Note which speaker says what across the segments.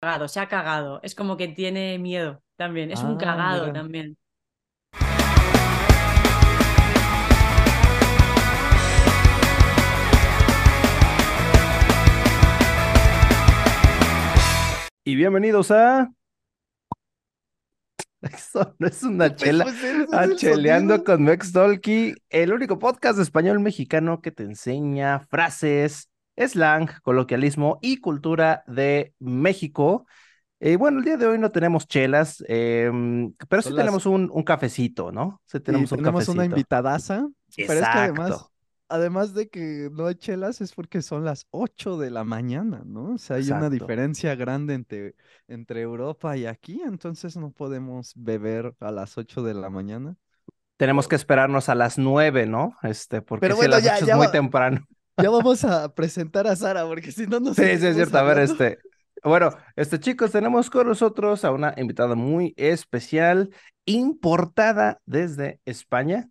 Speaker 1: cagado, se ha cagado. Es como que tiene miedo también. Es un
Speaker 2: Ah,
Speaker 1: cagado
Speaker 2: mira.
Speaker 1: también.
Speaker 2: Y bienvenidos a. Eso no es una chela.
Speaker 3: Pues ese es
Speaker 2: a
Speaker 3: el
Speaker 2: Cheleando
Speaker 3: sonido.
Speaker 2: con Mex Talkie, el único podcast de español mexicano que te enseña frases, slang, coloquialismo y cultura de México. Eh, bueno, el día de hoy no tenemos chelas, em, pero sí
Speaker 3: Son las-
Speaker 2: tenemos un, un cafecito, ¿no? Sí
Speaker 3: Y
Speaker 2: tenemos un
Speaker 3: tenemos una
Speaker 2: cafecito.
Speaker 3: invitadaza. Pero es que además,
Speaker 2: Exacto.
Speaker 3: además de que no hay chelas, es porque son las 8 de la mañana, ¿no? O sea, hay una
Speaker 2: Exacto.
Speaker 3: diferencia grande entre, entre Europa y aquí, entonces no podemos beber a las 8 de la mañana.
Speaker 2: Tenemos que esperarnos a las nueve, ¿no? Este, porque
Speaker 3: Pero
Speaker 2: sí, a
Speaker 3: bueno,
Speaker 2: las
Speaker 3: ya-
Speaker 2: ocho es
Speaker 3: ya
Speaker 2: muy
Speaker 3: va-
Speaker 2: temprano.
Speaker 3: Ya vamos a presentar a Sara, porque si no nos
Speaker 2: Sí, sí, es
Speaker 3: seguimos
Speaker 2: cierto. A ver,
Speaker 3: hablando.
Speaker 2: este. Bueno, este, chicos, tenemos con nosotros a una invitada muy especial, importada desde España.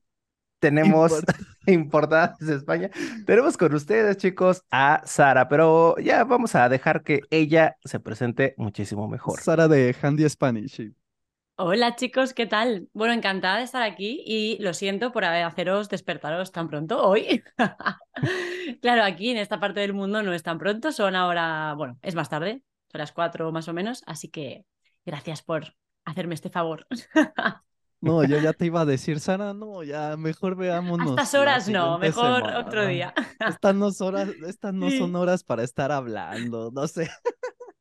Speaker 2: Tenemos
Speaker 3: Importa.
Speaker 2: importada desde España. Tenemos con ustedes, chicos, a Sara, pero ya vamos a dejar que ella se presente muchísimo mejor.
Speaker 3: Sara de Handy Spanish. sí.
Speaker 1: Hola chicos, ¿qué tal? Bueno, encantada de estar aquí y lo siento por haber- haceros despertaros tan pronto hoy. Claro, aquí en esta parte del mundo no es tan pronto, son ahora, bueno, es más tarde, son las cuatro más o menos, así que gracias por hacerme este favor.
Speaker 3: No, yo ya te iba a decir, Sara, no, ya mejor
Speaker 1: A
Speaker 3: veámonos.
Speaker 1: estas
Speaker 3: la
Speaker 1: horas no,
Speaker 3: siguiente
Speaker 1: mejor otro
Speaker 3: semana.
Speaker 1: día.
Speaker 3: Estas no, son horas, estas no
Speaker 1: Sí.
Speaker 3: son horas para estar hablando, no sé.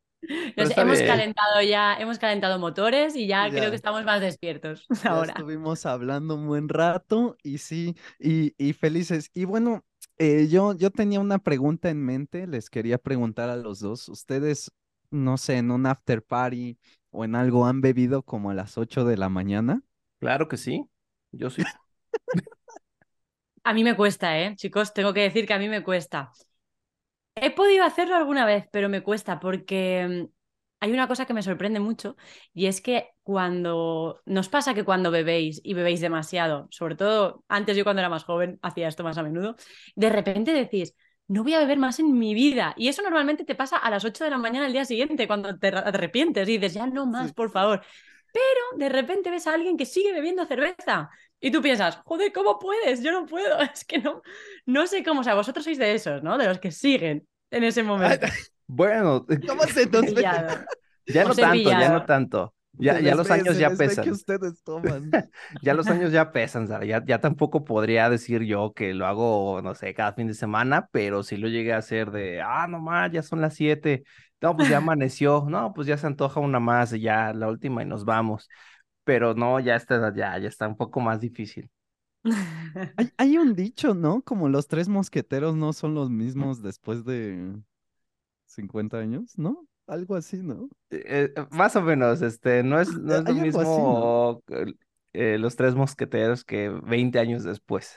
Speaker 1: No sé,
Speaker 2: está
Speaker 1: hemos
Speaker 2: bien.
Speaker 1: calentado ya, hemos calentado motores y ya,
Speaker 3: Ya.
Speaker 1: creo que estamos más despiertos
Speaker 3: Ya
Speaker 1: ahora.
Speaker 3: estuvimos hablando un buen rato y sí, y, y felices. Y bueno, eh, yo, yo tenía una pregunta en mente, les quería preguntar a los dos, ustedes, no sé, en un after party o en algo han bebido como a las 8 de la mañana.
Speaker 2: Claro que sí. Yo sí.
Speaker 1: A mí me cuesta, ¿eh? Chicos, tengo que decir que a mí me cuesta. He podido hacerlo alguna vez, pero me cuesta porque mm, hay una cosa que me sorprende mucho y es que cuando nos pasa que cuando bebéis y bebéis demasiado, sobre todo antes yo cuando era más joven hacía esto más a menudo, de repente decís, no voy a beber más en mi vida. Y eso normalmente te pasa a las 8 de la mañana al día siguiente cuando te ra- arrepientes y dices, ya no más,
Speaker 3: Sí.
Speaker 1: por favor. Pero de repente ves a alguien que sigue bebiendo cerveza. Y tú piensas, joder, ¿cómo puedes? Yo no puedo. Es que no, no sé cómo. O sea, vosotros sois de esos, ¿no? De los que siguen en ese momento.
Speaker 2: Bueno,
Speaker 3: ¿Cómo se nos ve?
Speaker 1: Pillado.
Speaker 2: ya no
Speaker 1: Os he
Speaker 2: tanto, ya
Speaker 1: pillado.
Speaker 2: no tanto.
Speaker 3: Se
Speaker 2: Ya, ya
Speaker 3: les
Speaker 2: los
Speaker 3: ve,
Speaker 2: años
Speaker 3: se
Speaker 2: ya
Speaker 3: les ve
Speaker 2: pesan.
Speaker 3: que ustedes toman.
Speaker 2: Ya los años ya pesan, Sara. Ya, ya tampoco podría decir yo que lo hago, no sé, cada fin de semana, pero si lo llegué a hacer de, ah, no más, ya son las siete. No, pues ya amaneció. No, pues ya se antoja una más y ya la última y nos vamos. Pero no, ya está, ya, ya está un poco más difícil.
Speaker 3: Hay, hay un dicho, ¿no? Como los tres mosqueteros no son los mismos después de 50 años, ¿no? Algo así, ¿no?
Speaker 2: Eh, eh, más o menos, este, no es, no
Speaker 3: Eh,
Speaker 2: es lo
Speaker 3: hay algo así,
Speaker 2: mismo eh, los tres mosqueteros que 20 años después.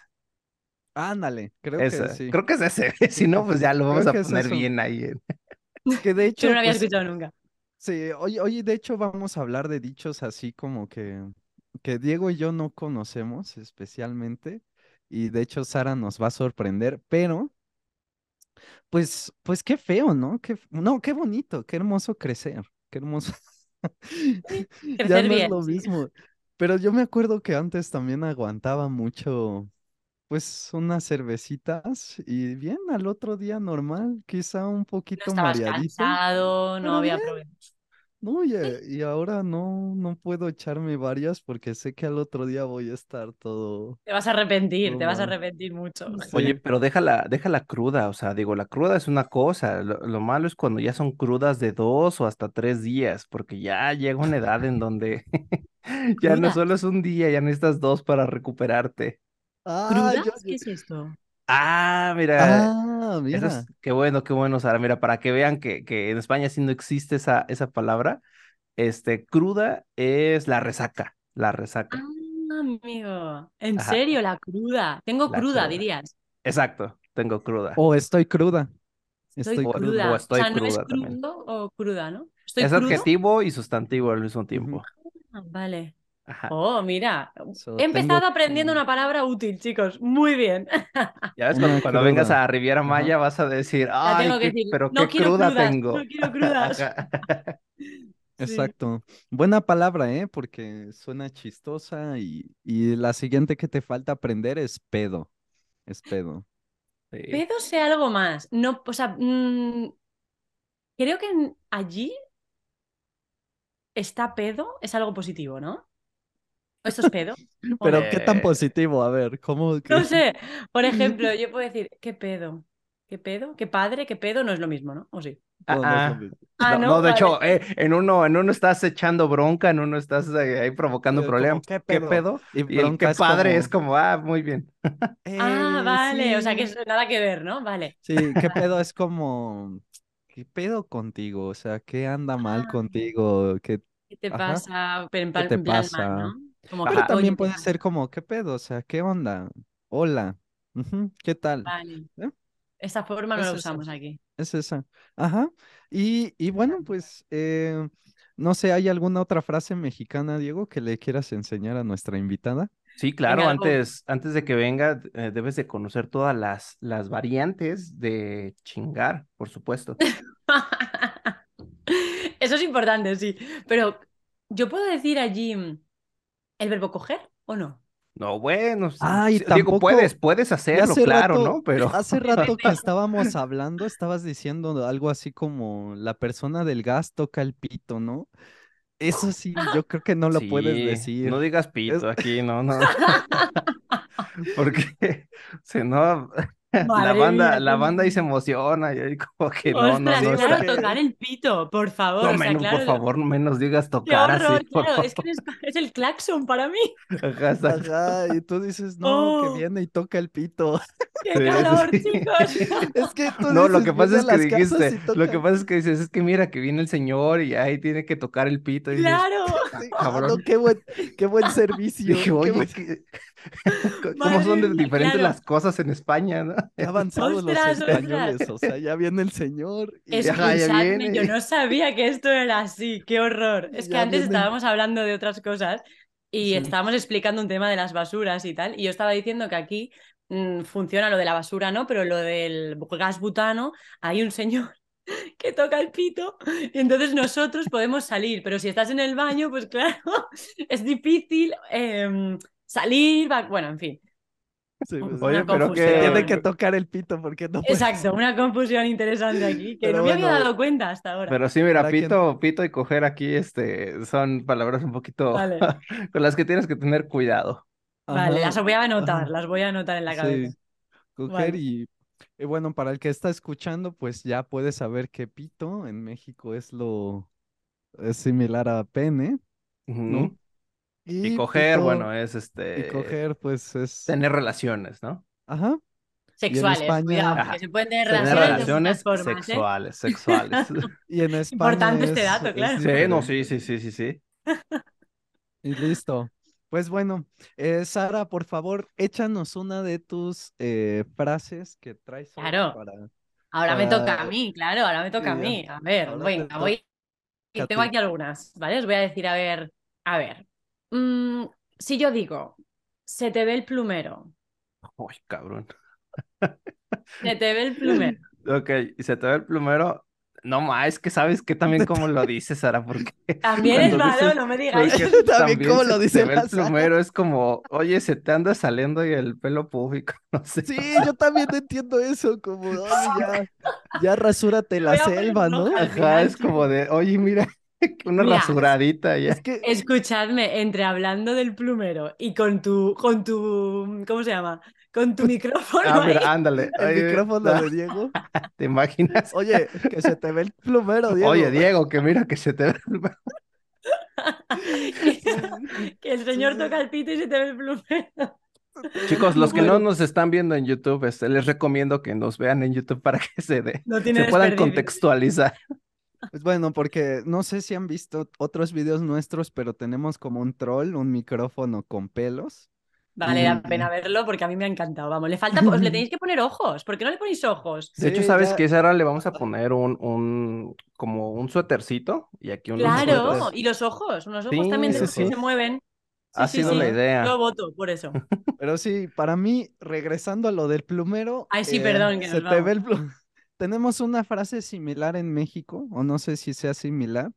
Speaker 3: Ándale, creo
Speaker 2: Ese,
Speaker 3: que sí.
Speaker 2: creo que es ese. Si no, pues ya lo vamos
Speaker 3: Creo
Speaker 2: a
Speaker 3: que es
Speaker 2: poner
Speaker 3: eso.
Speaker 2: bien ahí. en-
Speaker 3: Que de hecho,
Speaker 1: Yo no lo había
Speaker 3: pues,
Speaker 1: escuchado nunca.
Speaker 3: Sí, hoy, hoy de hecho vamos a hablar de dichos así como que, que Diego y yo no conocemos especialmente y de hecho Sara nos va a sorprender, pero pues, pues qué feo, ¿no? Qué, f- no, qué bonito, qué hermoso crecer, qué hermoso. Ya
Speaker 1: crecer
Speaker 3: no es
Speaker 1: bien,
Speaker 3: lo
Speaker 1: sí.
Speaker 3: mismo, pero yo me acuerdo que antes también aguantaba mucho, pues unas cervecitas y bien al otro día normal, quizá un
Speaker 1: No
Speaker 3: poquito
Speaker 1: estabas
Speaker 3: mareadito.
Speaker 1: cansado, no
Speaker 3: pero
Speaker 1: había
Speaker 3: bien.
Speaker 1: problemas.
Speaker 3: No, y, eh, y ahora no, no puedo echarme varias porque sé que al otro día voy a estar todo,
Speaker 1: Te vas a arrepentir,
Speaker 3: todo
Speaker 1: te vas a
Speaker 3: mal.
Speaker 1: arrepentir mucho.
Speaker 2: Oye,
Speaker 3: Sí,
Speaker 2: pero déjala, déjala cruda, o sea, digo, la cruda es una cosa, lo, lo malo es cuando ya son crudas de dos o hasta tres días, porque ya llega una edad en donde ya no
Speaker 1: ¿Crudas?
Speaker 2: solo es un día, ya necesitas dos para recuperarte.
Speaker 3: Ah,
Speaker 1: ¿Crudas?
Speaker 3: yo,
Speaker 1: ¿Qué
Speaker 3: yo-
Speaker 1: es esto?
Speaker 2: Ah, mira,
Speaker 3: ah,
Speaker 2: eso
Speaker 3: mira.
Speaker 2: es, qué bueno, qué bueno, Sara, mira, para que vean que, que en España sí no existe esa, esa palabra, este, cruda es la resaca, la resaca,
Speaker 1: Ah, amigo. ¿En
Speaker 2: Ajá.
Speaker 1: serio? La cruda. Tengo cruda,
Speaker 2: La cruda.
Speaker 1: dirías.
Speaker 2: exacto, tengo cruda,
Speaker 3: O estoy cruda.
Speaker 1: Estoy
Speaker 3: Estoy
Speaker 2: o,
Speaker 3: cruda.
Speaker 1: cruda.
Speaker 2: o
Speaker 1: O
Speaker 2: estoy
Speaker 1: sea, no es
Speaker 2: cruda también.
Speaker 1: crudo o cruda, ¿no? ¿Estoy
Speaker 2: Es
Speaker 1: crudo?
Speaker 2: adjetivo y sustantivo al mismo
Speaker 3: Ujú.
Speaker 2: tiempo.
Speaker 1: Ah, vale.
Speaker 2: Ajá.
Speaker 1: Oh, mira,
Speaker 3: So,
Speaker 1: he
Speaker 3: tengo
Speaker 1: empezado aprendiendo
Speaker 3: mm,
Speaker 1: una palabra útil, chicos. Muy bien.
Speaker 2: Ya ves, cuando,
Speaker 3: una
Speaker 2: cuando vengas
Speaker 3: cruda.
Speaker 2: a Riviera
Speaker 3: Ajá.
Speaker 2: Maya vas a decir,
Speaker 1: La
Speaker 2: ay,
Speaker 1: tengo que
Speaker 2: qué,
Speaker 1: decir,
Speaker 2: pero
Speaker 1: no
Speaker 2: qué
Speaker 1: quiero
Speaker 2: cruda
Speaker 1: crudas,
Speaker 2: tengo.
Speaker 1: no quiero crudas.
Speaker 2: Ajá.
Speaker 3: Exacto. Buena palabra, ¿eh? Porque suena chistosa y, y la siguiente que te falta aprender es pedo. Es pedo.
Speaker 2: Sí.
Speaker 1: Pedo sea algo más. No, o sea, mm, creo que en- allí está pedo, es algo positivo, ¿no? Esto es pedo. ¿O
Speaker 3: Pero
Speaker 1: no?
Speaker 3: qué tan
Speaker 2: Eh,
Speaker 3: positivo, a ver, ¿cómo que-
Speaker 1: No sé. Por ejemplo, yo puedo decir, ¿qué pedo? ¿Qué pedo? ¿Qué padre? ¿Qué pedo? No es lo mismo, ¿no? ¿O sí?
Speaker 3: No, no es lo
Speaker 2: Ah, ah.
Speaker 3: mismo.
Speaker 1: Ah,
Speaker 2: No,
Speaker 1: no,
Speaker 2: no, de
Speaker 1: vale.
Speaker 2: hecho, eh, en uno, en uno estás echando bronca, en uno estás eh, ahí provocando
Speaker 3: Eh, como,
Speaker 2: problemas.
Speaker 3: ¿qué
Speaker 2: ¿Qué
Speaker 3: pedo?
Speaker 2: pedo?
Speaker 3: Y
Speaker 2: Y el
Speaker 3: bronca
Speaker 2: qué
Speaker 3: es
Speaker 2: padre
Speaker 3: como,
Speaker 2: es como, ah, muy bien.
Speaker 1: Ah,
Speaker 3: "Eh,
Speaker 1: vale. O sea, que
Speaker 3: sí,
Speaker 1: eso nada que ver, ¿no? Vale.
Speaker 3: sí, qué pedo es como, ¿qué pedo contigo? O sea, ¿qué anda mal
Speaker 1: Ah,
Speaker 3: contigo? ¿Qué,
Speaker 1: ¿Qué te
Speaker 3: ajá,
Speaker 1: pasa? Pero en
Speaker 3: qué
Speaker 1: plan,
Speaker 3: te
Speaker 1: en plan mal,
Speaker 3: pasa?
Speaker 1: ¿no? Como,
Speaker 3: Pero
Speaker 1: ¿qué
Speaker 2: Ajá.
Speaker 1: coño
Speaker 3: también
Speaker 1: te
Speaker 3: puede
Speaker 1: pasa?
Speaker 3: ser como, ¿qué pedo? O sea, ¿qué onda? Hola, ujú, ¿qué tal?
Speaker 1: Vale.
Speaker 3: ¿Eh?
Speaker 1: Esta forma no
Speaker 3: Es
Speaker 1: la
Speaker 3: eso.
Speaker 1: usamos aquí.
Speaker 3: Es esa. Ajá. Y, y bueno, pues eh, no sé, ¿hay alguna otra frase mexicana, Diego, que le quieras enseñar a nuestra invitada?
Speaker 2: Sí,
Speaker 1: Venga,
Speaker 2: claro,
Speaker 1: algo.
Speaker 2: antes, antes de que venga, eh, debes de conocer todas las, las variantes de chingar, por supuesto.
Speaker 1: Eso es importante, sí. Pero, ¿yo puedo decir allí mm, el verbo coger o no?
Speaker 2: No, bueno, sí,
Speaker 3: Ay,
Speaker 2: sí, digo, puedes,
Speaker 3: tampoco.
Speaker 2: puedes
Speaker 3: Y
Speaker 2: hacerlo,
Speaker 3: hace
Speaker 2: claro,
Speaker 3: rato,
Speaker 2: ¿no? Pero
Speaker 3: hace rato que
Speaker 1: Depende.
Speaker 3: estábamos hablando, estabas diciendo algo así como la persona del gas toca el pito, ¿no? Eso sí, yo creo que no lo puedes
Speaker 2: sí,
Speaker 3: decir.
Speaker 2: no digas
Speaker 3: Es-
Speaker 2: pito aquí, no, no, porque si no, la
Speaker 1: Madre
Speaker 2: banda,
Speaker 1: mía,
Speaker 2: la
Speaker 1: qué
Speaker 2: banda ahí se
Speaker 1: mal.
Speaker 2: emociona y ahí como que no, no,
Speaker 1: Ostras,
Speaker 2: no
Speaker 3: Sí,
Speaker 1: claro,
Speaker 2: está.
Speaker 1: tocar
Speaker 3: porque
Speaker 1: el pito, por favor.
Speaker 2: No,
Speaker 1: O sea,
Speaker 2: menos, por
Speaker 1: claro,
Speaker 2: favor, menos digas
Speaker 1: qué
Speaker 2: tocar así,
Speaker 1: horror,
Speaker 2: por
Speaker 1: claro. Es que
Speaker 2: favor.
Speaker 1: es, es el claxon para mí.
Speaker 2: Ajá, exacto.
Speaker 3: Ajá, y tú dices, no, que
Speaker 1: ¡Oh!
Speaker 3: viene y toca el pito.
Speaker 1: ¡Qué
Speaker 2: Sí, sí,
Speaker 1: calor,
Speaker 2: sí.
Speaker 1: chicos!
Speaker 3: Es que tú
Speaker 2: No, lo que
Speaker 3: dices,
Speaker 2: pasa
Speaker 3: viene a
Speaker 2: es que
Speaker 3: las casas
Speaker 2: dijiste,
Speaker 3: y
Speaker 2: lo que
Speaker 3: toca.
Speaker 2: pasa es que dices, es que mira que viene el señor y ahí tiene que tocar el pito y dices,
Speaker 1: ¡Claro!
Speaker 2: ah,
Speaker 3: Sí, ah, no,
Speaker 2: cabrón.
Speaker 3: qué buen, qué buen servicio,
Speaker 2: Dije,
Speaker 3: qué buen-
Speaker 2: oye, ¿qué- ¿cómo
Speaker 1: Madre
Speaker 2: son de
Speaker 1: mía,
Speaker 2: diferentes
Speaker 1: claro.
Speaker 2: las cosas en España, no?
Speaker 3: qué avanzados los
Speaker 1: ¡Ostras, ostras!
Speaker 3: españoles, o sea, ya viene el señor
Speaker 2: Y
Speaker 3: y,
Speaker 2: ajá, ya
Speaker 1: Escuchadme, yo
Speaker 2: viene.
Speaker 1: no sabía que esto era así, qué horror.
Speaker 3: y
Speaker 1: Es que
Speaker 3: ya
Speaker 1: antes
Speaker 3: viene,
Speaker 1: estábamos hablando de otras cosas y
Speaker 3: sí,
Speaker 1: estábamos explicando un tema de las basuras y tal, y yo estaba diciendo que aquí mm, funciona lo de la basura, ¿no? Pero lo del gas butano, hay un señor que toca el pito y entonces nosotros podemos salir, pero si estás en el baño, pues claro, es difícil em, salir, va- bueno, en fin,
Speaker 3: sí, pues,
Speaker 1: una
Speaker 2: Oye, pero
Speaker 3: se tiene
Speaker 2: que,
Speaker 3: que
Speaker 1: confusión.
Speaker 3: tocar el pito porque no puedes.
Speaker 1: Exacto, una confusión interesante aquí que no
Speaker 3: Pero
Speaker 1: me había
Speaker 3: bueno,
Speaker 1: dado cuenta hasta ahora.
Speaker 2: pero sí, mira,
Speaker 3: para quien,
Speaker 2: pito, pito y coger aquí, este, son palabras un poquito
Speaker 1: Vale.
Speaker 2: con las que tienes que tener cuidado.
Speaker 1: Vale, las
Speaker 3: ajá,
Speaker 1: voy a anotar,
Speaker 3: ajá,
Speaker 1: las voy a anotar en la cabeza.
Speaker 3: sí, coger
Speaker 1: Vale.
Speaker 3: y, y bueno, para el que está escuchando, pues ya puede saber que pito en México es lo, es similar a pene, ¿no?
Speaker 2: Ujú. Y
Speaker 3: Y
Speaker 2: coger,
Speaker 3: pito
Speaker 2: bueno, es
Speaker 3: pues, y
Speaker 2: este,
Speaker 3: coger, pues es,
Speaker 2: tener relaciones, ¿no?
Speaker 3: ajá. Y en
Speaker 1: Sexuales,
Speaker 3: España, ah,
Speaker 1: cuidado, que
Speaker 2: Ajá.
Speaker 1: se pueden tener
Speaker 3: se
Speaker 2: Tener
Speaker 1: relaciones de
Speaker 3: puede.
Speaker 1: muchas
Speaker 2: relaciones
Speaker 1: formas, ¿eh?
Speaker 2: sexuales, sexuales.
Speaker 3: Y en España
Speaker 1: Importante este
Speaker 3: es,
Speaker 1: dato,
Speaker 3: es
Speaker 1: claro.
Speaker 2: Sí, no, sí,
Speaker 3: diferente.
Speaker 2: sí, sí, sí, sí.
Speaker 3: Y listo. Pues bueno, eh, Sara, por favor, échanos una de tus eh, frases que traes hoy
Speaker 1: Claro,
Speaker 3: para,
Speaker 1: ahora me
Speaker 3: para,
Speaker 1: toca a mí, claro, ahora me toca a
Speaker 3: sí,
Speaker 1: mí. A ver,
Speaker 3: ahora te
Speaker 1: venga,
Speaker 3: toca
Speaker 1: voy. y
Speaker 3: a
Speaker 1: Tengo
Speaker 3: ti.
Speaker 1: aquí algunas, ¿vale? Os voy a decir, a ver, a ver. Mm, si yo digo, se te ve el plumero,
Speaker 2: Uy, cabrón.
Speaker 1: se te ve el plumero.
Speaker 2: Ok, y se te ve el plumero. No más, es que sabes que también como lo dices, Sara, porque
Speaker 1: También es
Speaker 2: cuando
Speaker 1: malo,
Speaker 2: dices,
Speaker 1: no me digáis.
Speaker 2: porque
Speaker 3: También
Speaker 2: también
Speaker 3: como
Speaker 2: se
Speaker 3: lo
Speaker 2: te
Speaker 3: dice
Speaker 2: ve el
Speaker 3: la Sara.
Speaker 2: plumero, es como, oye, se te anda saliendo y el pelo público, no sé.
Speaker 3: Sí, yo también entiendo eso, como, oye, ya, ya rasúrate
Speaker 1: Me
Speaker 3: la
Speaker 1: voy a poner
Speaker 3: selva,
Speaker 1: roja
Speaker 3: ¿no?
Speaker 1: al
Speaker 2: Ajá,
Speaker 1: final,
Speaker 2: es como
Speaker 1: chicos.
Speaker 2: de, oye, mira, una
Speaker 1: Mira,
Speaker 2: rasuradita
Speaker 3: Es
Speaker 2: ya.
Speaker 3: que,
Speaker 1: Escuchadme, entre hablando del plumero y con tu, con tu, ¿cómo se llama? Con tu micrófono
Speaker 2: Ah,
Speaker 1: ahí.
Speaker 2: mira, ándale.
Speaker 3: El
Speaker 2: Oye,
Speaker 3: micrófono
Speaker 2: no,
Speaker 3: de Diego.
Speaker 2: ¿te imaginas?
Speaker 3: Oye, que se te ve el plumero,
Speaker 2: Oye,
Speaker 3: Diego.
Speaker 2: Diego, que mira que se te ve el plumero.
Speaker 1: Que,
Speaker 3: Sí,
Speaker 1: que el
Speaker 3: sí,
Speaker 1: señor
Speaker 3: sí,
Speaker 1: toca el pito y se te ve el plumero.
Speaker 3: se te ve el
Speaker 2: Chicos, los que no
Speaker 3: plumero.
Speaker 2: nos están viendo en YouTube, este, les recomiendo que nos vean en YouTube para que se dé-
Speaker 1: No tiene
Speaker 2: se puedan
Speaker 1: desperdicio.
Speaker 2: contextualizar.
Speaker 3: Pues bueno, porque no sé si han visto otros videos nuestros, pero tenemos como un troll, un micrófono con pelos.
Speaker 1: Vale
Speaker 2: Mm.
Speaker 1: la pena
Speaker 3: Y
Speaker 1: verlo porque a mí me ha encantado. Vamos, le falta, os le tenéis que poner ojos. ¿Por qué no le ponéis ojos?
Speaker 2: De hecho,
Speaker 3: sí,
Speaker 2: ¿sabes
Speaker 3: ya,
Speaker 2: qué, Sara? Le vamos a poner un, un, como un suétercito y aquí
Speaker 3: un
Speaker 2: unos
Speaker 3: suéter.
Speaker 1: Claro,
Speaker 2: ojitos.
Speaker 1: y los ojos, unos ojos
Speaker 2: pues. Sí,
Speaker 1: también de
Speaker 2: sí,
Speaker 1: esos que
Speaker 2: sí.
Speaker 1: se
Speaker 3: Ojos.
Speaker 1: mueven. Sí,
Speaker 2: Ha
Speaker 1: sí,
Speaker 2: sido la
Speaker 1: sí.
Speaker 3: Ajá.
Speaker 1: Yo
Speaker 2: idea.
Speaker 1: voto por eso.
Speaker 3: Pero sí, para mí, regresando a lo del plumero,
Speaker 1: Ay, sí,
Speaker 3: eh,
Speaker 1: perdón, que
Speaker 3: se
Speaker 1: nos
Speaker 3: te ve
Speaker 1: vamos.
Speaker 3: el plumero. Tenemos una frase similar en México, o no sé si sea similar,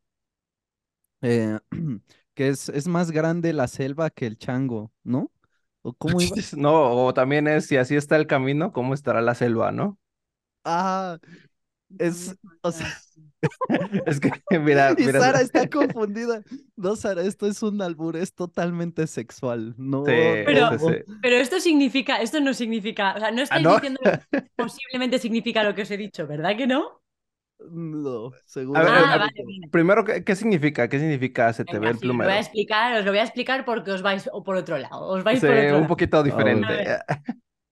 Speaker 3: eh, que es, es más grande la selva que el chango, ¿no? ¿O cómo iba?
Speaker 2: No, o también es si así está el camino, ¿cómo estará la selva, no?
Speaker 3: Ah, es, o sea,
Speaker 2: Es que, mira,
Speaker 3: y
Speaker 2: mira,
Speaker 3: Sara está confundida. No, Sara, esto es un albur, es totalmente sexual. No,
Speaker 2: Sí,
Speaker 1: Pero-
Speaker 3: no.
Speaker 2: sí, sí.
Speaker 1: Pero esto significa, esto no significa, o sea, no estáis
Speaker 2: Ah, no?
Speaker 1: diciendo lo que posiblemente significa lo que os he dicho, ¿verdad que no?
Speaker 3: No,
Speaker 2: A ver,
Speaker 1: ah,
Speaker 2: a
Speaker 3: seguramente.
Speaker 2: ver.
Speaker 1: vale, bien.
Speaker 2: Primero, ¿qué, qué significa? ¿Qué significa se te
Speaker 1: Venga,
Speaker 2: ve el
Speaker 1: sí, os lo voy
Speaker 2: plumero?
Speaker 1: a explicar, os lo voy a explicar porque os vais o por otro lado, os vais
Speaker 2: Sí,
Speaker 1: por otro
Speaker 2: un
Speaker 1: lado.
Speaker 2: poquito
Speaker 1: A
Speaker 2: diferente.
Speaker 1: ver.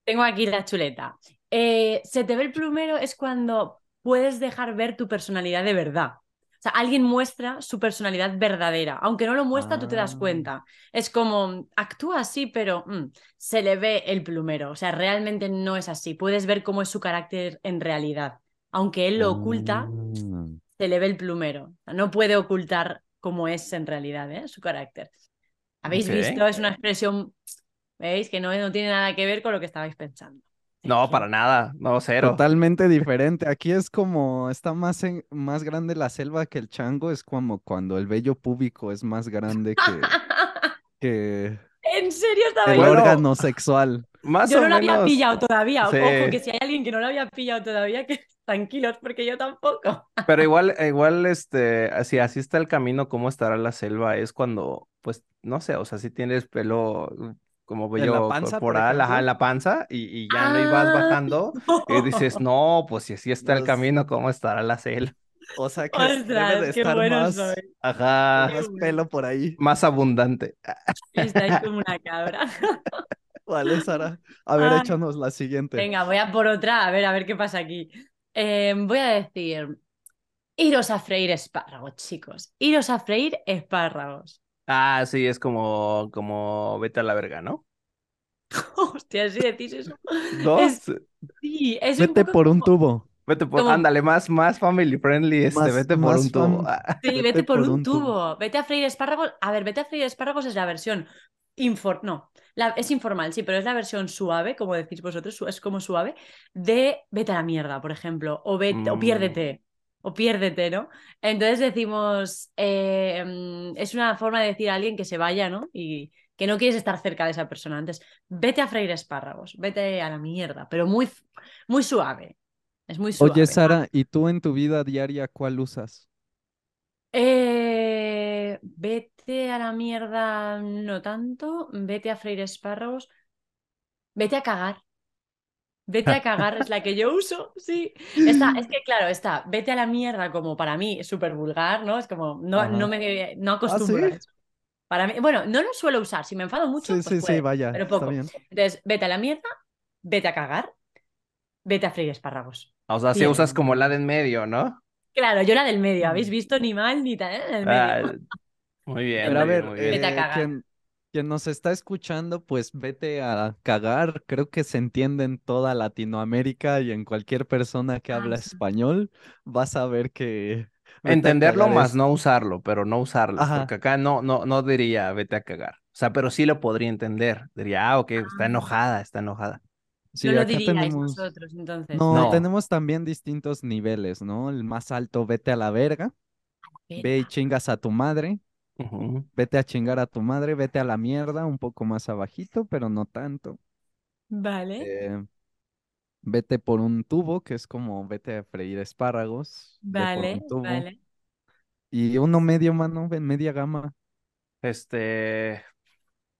Speaker 1: Tengo aquí la chuleta. Eh, se te ve el plumero es cuando puedes dejar ver tu personalidad de verdad. O sea, alguien muestra su personalidad verdadera. Aunque no lo muestra, tú te das
Speaker 3: Ah.
Speaker 1: cuenta. Es como, actúa así, pero mm, se le ve el plumero. O sea, realmente no es así. Puedes ver cómo es su carácter en realidad. Aunque él lo oculta,
Speaker 3: Ah.
Speaker 1: se le ve el plumero. O sea, No puede ocultar cómo es en realidad ¿eh? su carácter. ¿Habéis
Speaker 2: Ok.
Speaker 1: visto? Es una expresión, ¿veis? Que no, no tiene nada que ver con lo que estabais pensando.
Speaker 2: No, para nada, no, cero.
Speaker 3: Totalmente diferente. Aquí es como está más, en- más grande la selva que el chango. Es como cuando el vello púbico es más grande que, que
Speaker 1: ¿En serio
Speaker 3: el
Speaker 1: estabais?
Speaker 2: Bueno,
Speaker 3: órgano sexual.
Speaker 2: Más
Speaker 1: Yo
Speaker 2: o
Speaker 1: no lo había
Speaker 2: menos.
Speaker 1: pillado todavía.
Speaker 2: Sí.
Speaker 1: Ojo, que si hay alguien que no lo había pillado todavía, que tranquilos, porque yo tampoco.
Speaker 2: Pero igual, igual, este, así, así está el camino, cómo estará la selva, es cuando, pues, no sé, o sea, si tienes pelo mm, como
Speaker 3: ¿En la
Speaker 2: vello
Speaker 3: panza, por
Speaker 2: corporal, ajá, en
Speaker 3: ejemplo?
Speaker 2: la panza, y, y ya no ibas
Speaker 1: Ah.
Speaker 2: bajando, y dices, no, pues si así está el
Speaker 3: Los-
Speaker 2: camino, ¿cómo estará la selva?
Speaker 3: O sea que es- debe
Speaker 1: Ostras,
Speaker 3: de
Speaker 1: qué
Speaker 3: estar
Speaker 1: buenos
Speaker 3: más,
Speaker 1: sois.
Speaker 2: Ajá,
Speaker 1: Qué
Speaker 3: más
Speaker 1: bueno.
Speaker 3: pelo por ahí.
Speaker 2: más abundante.
Speaker 1: Estáis como una cabra.
Speaker 3: Vale, Sara. A ver,
Speaker 1: Ay.
Speaker 3: échanos la siguiente.
Speaker 1: Ah. Venga, voy a por otra, a ver, a ver qué pasa aquí. Eh, voy a decir, iros a freír espárragos, chicos. Iros a freír espárragos.
Speaker 2: Ah, sí, es como, como vete a la verga, ¿no?
Speaker 1: Hostia, si decís eso.
Speaker 2: Dos,
Speaker 1: Sí, es un
Speaker 3: Vete
Speaker 1: poco
Speaker 3: por un
Speaker 1: como-
Speaker 3: tubo.
Speaker 2: vete por,
Speaker 1: como-
Speaker 2: ándale, más, más family friendly, este,
Speaker 3: Más-
Speaker 2: vete por
Speaker 3: más
Speaker 2: un tubo.
Speaker 3: fam-
Speaker 2: Ah,
Speaker 1: Sí, vete, por, un, tubo. Vete a freír espárragos. A ver, vete a freír espárragos es la versión infor... no, la- es informal, sí, pero es la versión suave, como decís vosotros, su- es como suave, de vete a la mierda, por ejemplo, o vete, o
Speaker 2: Mm.
Speaker 1: piérdete, o piérdete, ¿no? Entonces decimos, eh, mm, es una forma de decir a alguien que se vaya, ¿no? Y que no quieres estar cerca de esa persona. Antes, vete a freír espárragos, vete a la mierda, pero muy, muy suave. Es muy suave.
Speaker 3: Oye, Sara, ¿y tú en tu vida diaria cuál usas?
Speaker 1: Eh, vete a la mierda, no tanto. Vete a freír espárragos. Vete a cagar. Vete a cagar es la que yo uso, sí. Está, es que claro, está, vete a la mierda como para mí es súper vulgar, ¿no? Es como, no,
Speaker 3: Ajá. Ah,
Speaker 1: no me no acostumbro
Speaker 3: ¿sí?
Speaker 1: a eso. Para mí, bueno, no lo suelo usar, si me enfado mucho,
Speaker 3: Sí,
Speaker 1: pues
Speaker 3: sí, sí,
Speaker 1: puede.
Speaker 3: vaya,
Speaker 1: pero
Speaker 3: está
Speaker 1: poco.
Speaker 3: bien.
Speaker 1: Entonces, vete a la mierda, vete a cagar, vete a freír espárragos.
Speaker 2: O sea, si
Speaker 1: Bien.
Speaker 2: usas como la de en medio, ¿no?
Speaker 1: Claro, yo la del medio,
Speaker 3: Mm.
Speaker 1: ¿habéis visto ni mal ni tal? eh, del
Speaker 2: Ah,
Speaker 1: medio.
Speaker 2: muy bien,
Speaker 3: Pero a
Speaker 2: muy bien,
Speaker 3: ver,
Speaker 2: muy bien.
Speaker 1: Vete a
Speaker 3: eh,
Speaker 1: cagar.
Speaker 3: quien, quien nos está escuchando, pues vete a cagar. Creo que se entiende en toda Latinoamérica y en cualquier persona que
Speaker 1: Ah,
Speaker 3: habla
Speaker 1: sí.
Speaker 3: español, vas a ver que vete a
Speaker 2: Entenderlo
Speaker 3: cagar
Speaker 2: más
Speaker 3: es-
Speaker 2: no usarlo, pero no usarlo,
Speaker 3: Ajá.
Speaker 2: porque acá no, no, no diría vete a cagar. O sea, pero sí lo podría entender. Diría, ah, ok, está
Speaker 1: Ah.
Speaker 2: enojada, está enojada.
Speaker 3: Sí,
Speaker 1: no lo
Speaker 3: acá
Speaker 1: diríais
Speaker 3: tenemos.
Speaker 1: vosotros, entonces.
Speaker 3: No,
Speaker 2: No.
Speaker 3: tenemos también distintos niveles, ¿no? El más alto, vete a la verga, ve y
Speaker 1: Verga.
Speaker 3: chingas a tu madre,
Speaker 2: Ujú.
Speaker 3: vete a chingar a tu madre, vete a la mierda, un poco más abajito, pero no tanto.
Speaker 1: Vale,
Speaker 3: Eh, vete por un tubo, que es como vete a freír espárragos, ve por
Speaker 1: vale,
Speaker 3: un tubo.
Speaker 1: vale.
Speaker 3: Y uno medio, mano, ve- media gama.
Speaker 2: Este,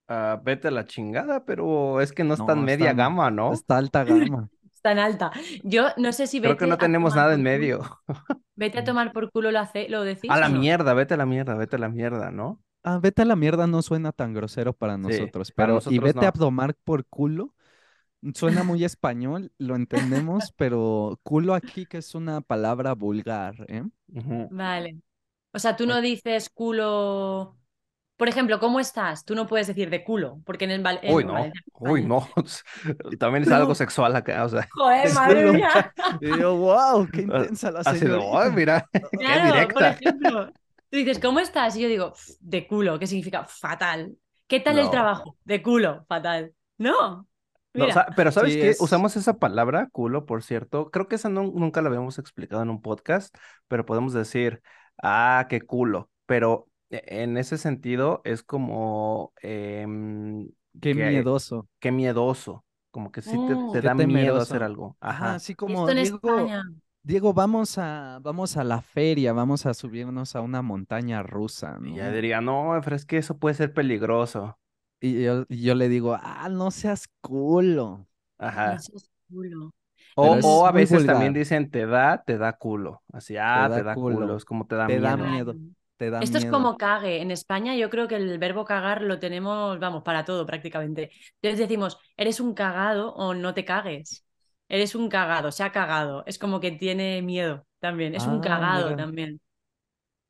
Speaker 2: ah, vete a la chingada, pero es que no es tan
Speaker 3: No,
Speaker 2: media
Speaker 3: está,
Speaker 2: gama, ¿no?
Speaker 3: está alta gama.
Speaker 1: Es tan alta. Yo no sé si
Speaker 2: Creo que
Speaker 1: vete
Speaker 2: no
Speaker 1: a
Speaker 2: tenemos
Speaker 1: tomar
Speaker 2: nada en
Speaker 1: por culo,
Speaker 2: medio. Mm.
Speaker 1: vete a tomar por culo lo hace, lo decís
Speaker 2: A la
Speaker 1: o no.
Speaker 2: mierda, vete a la mierda, vete a la mierda, ¿no?
Speaker 3: Ah, vete a la mierda no suena tan grosero para
Speaker 2: Sí,
Speaker 3: nosotros,
Speaker 2: para
Speaker 3: pero y
Speaker 2: nosotros
Speaker 3: vete a
Speaker 2: no.
Speaker 3: tomar por culo. Suena muy español, lo entendemos, pero culo aquí que es una palabra vulgar, ¿eh?
Speaker 2: Ujú.
Speaker 1: Vale. O sea, tú
Speaker 3: Eh,
Speaker 1: no dices culo. Por ejemplo, ¿cómo estás? Tú no puedes decir de culo, porque en, el Val- en
Speaker 2: Uy, no,
Speaker 1: Valencia,
Speaker 2: uy,
Speaker 1: España.
Speaker 2: no. También es algo
Speaker 3: No.
Speaker 2: sexual acá, o sea.
Speaker 1: Joder,
Speaker 3: Es
Speaker 1: madre
Speaker 3: culo.
Speaker 1: mía.
Speaker 3: Y yo, wow, qué
Speaker 2: Ah,
Speaker 3: intensa la
Speaker 2: Así de, "Ay,
Speaker 3: señorita.
Speaker 2: mira, qué
Speaker 1: Claro, por
Speaker 2: directa.
Speaker 1: ejemplo, tú dices, ¿cómo estás? Y yo digo, "Pf, de culo, que significa fatal. ¿Qué tal el
Speaker 2: No,
Speaker 1: trabajo? De culo, fatal. No,
Speaker 2: no,
Speaker 1: mira.
Speaker 2: sa- pero ¿sabes
Speaker 3: Sí,
Speaker 2: qué?
Speaker 3: es.
Speaker 2: Usamos esa palabra, culo, por cierto. Creo que esa no- nunca la habíamos explicado en un podcast, pero podemos decir, ah, qué culo. Pero en ese sentido es como em, que-
Speaker 3: Qué miedoso.
Speaker 2: qué miedoso, como que sí te,
Speaker 1: Mm.
Speaker 2: te
Speaker 3: Qué
Speaker 2: da miedo
Speaker 3: temeroso. Ah,
Speaker 2: hacer algo.
Speaker 3: Ajá,
Speaker 2: Ajá.
Speaker 3: así como
Speaker 1: Esto en
Speaker 3: Diego,
Speaker 1: España.
Speaker 3: Diego, vamos a, vamos a la feria, vamos a subirnos a una montaña rusa,
Speaker 2: Y ya
Speaker 3: ¿no?
Speaker 2: diría, no, pero es que eso puede ser peligroso.
Speaker 3: Y yo, y yo le digo, ah, no seas culo.
Speaker 2: Ajá.
Speaker 1: Eso es culo.
Speaker 2: O,
Speaker 1: Pero es
Speaker 2: o a
Speaker 3: muy
Speaker 2: veces también
Speaker 3: vulgar.
Speaker 2: dicen te da, te da culo. Así, ah, te
Speaker 3: da
Speaker 2: da
Speaker 3: culo,
Speaker 2: culo, es como te da
Speaker 3: te da
Speaker 2: miedo.
Speaker 3: miedo. Te da
Speaker 1: Esto es
Speaker 3: miedo.
Speaker 1: como cague. En España yo creo que el verbo cagar lo tenemos, vamos, para todo prácticamente. Entonces decimos, eres un cagado o no te cagues. Eres un cagado, se ha cagado. Es como que tiene miedo también. Es un
Speaker 3: Ah,
Speaker 1: cagado
Speaker 3: mira.
Speaker 1: también.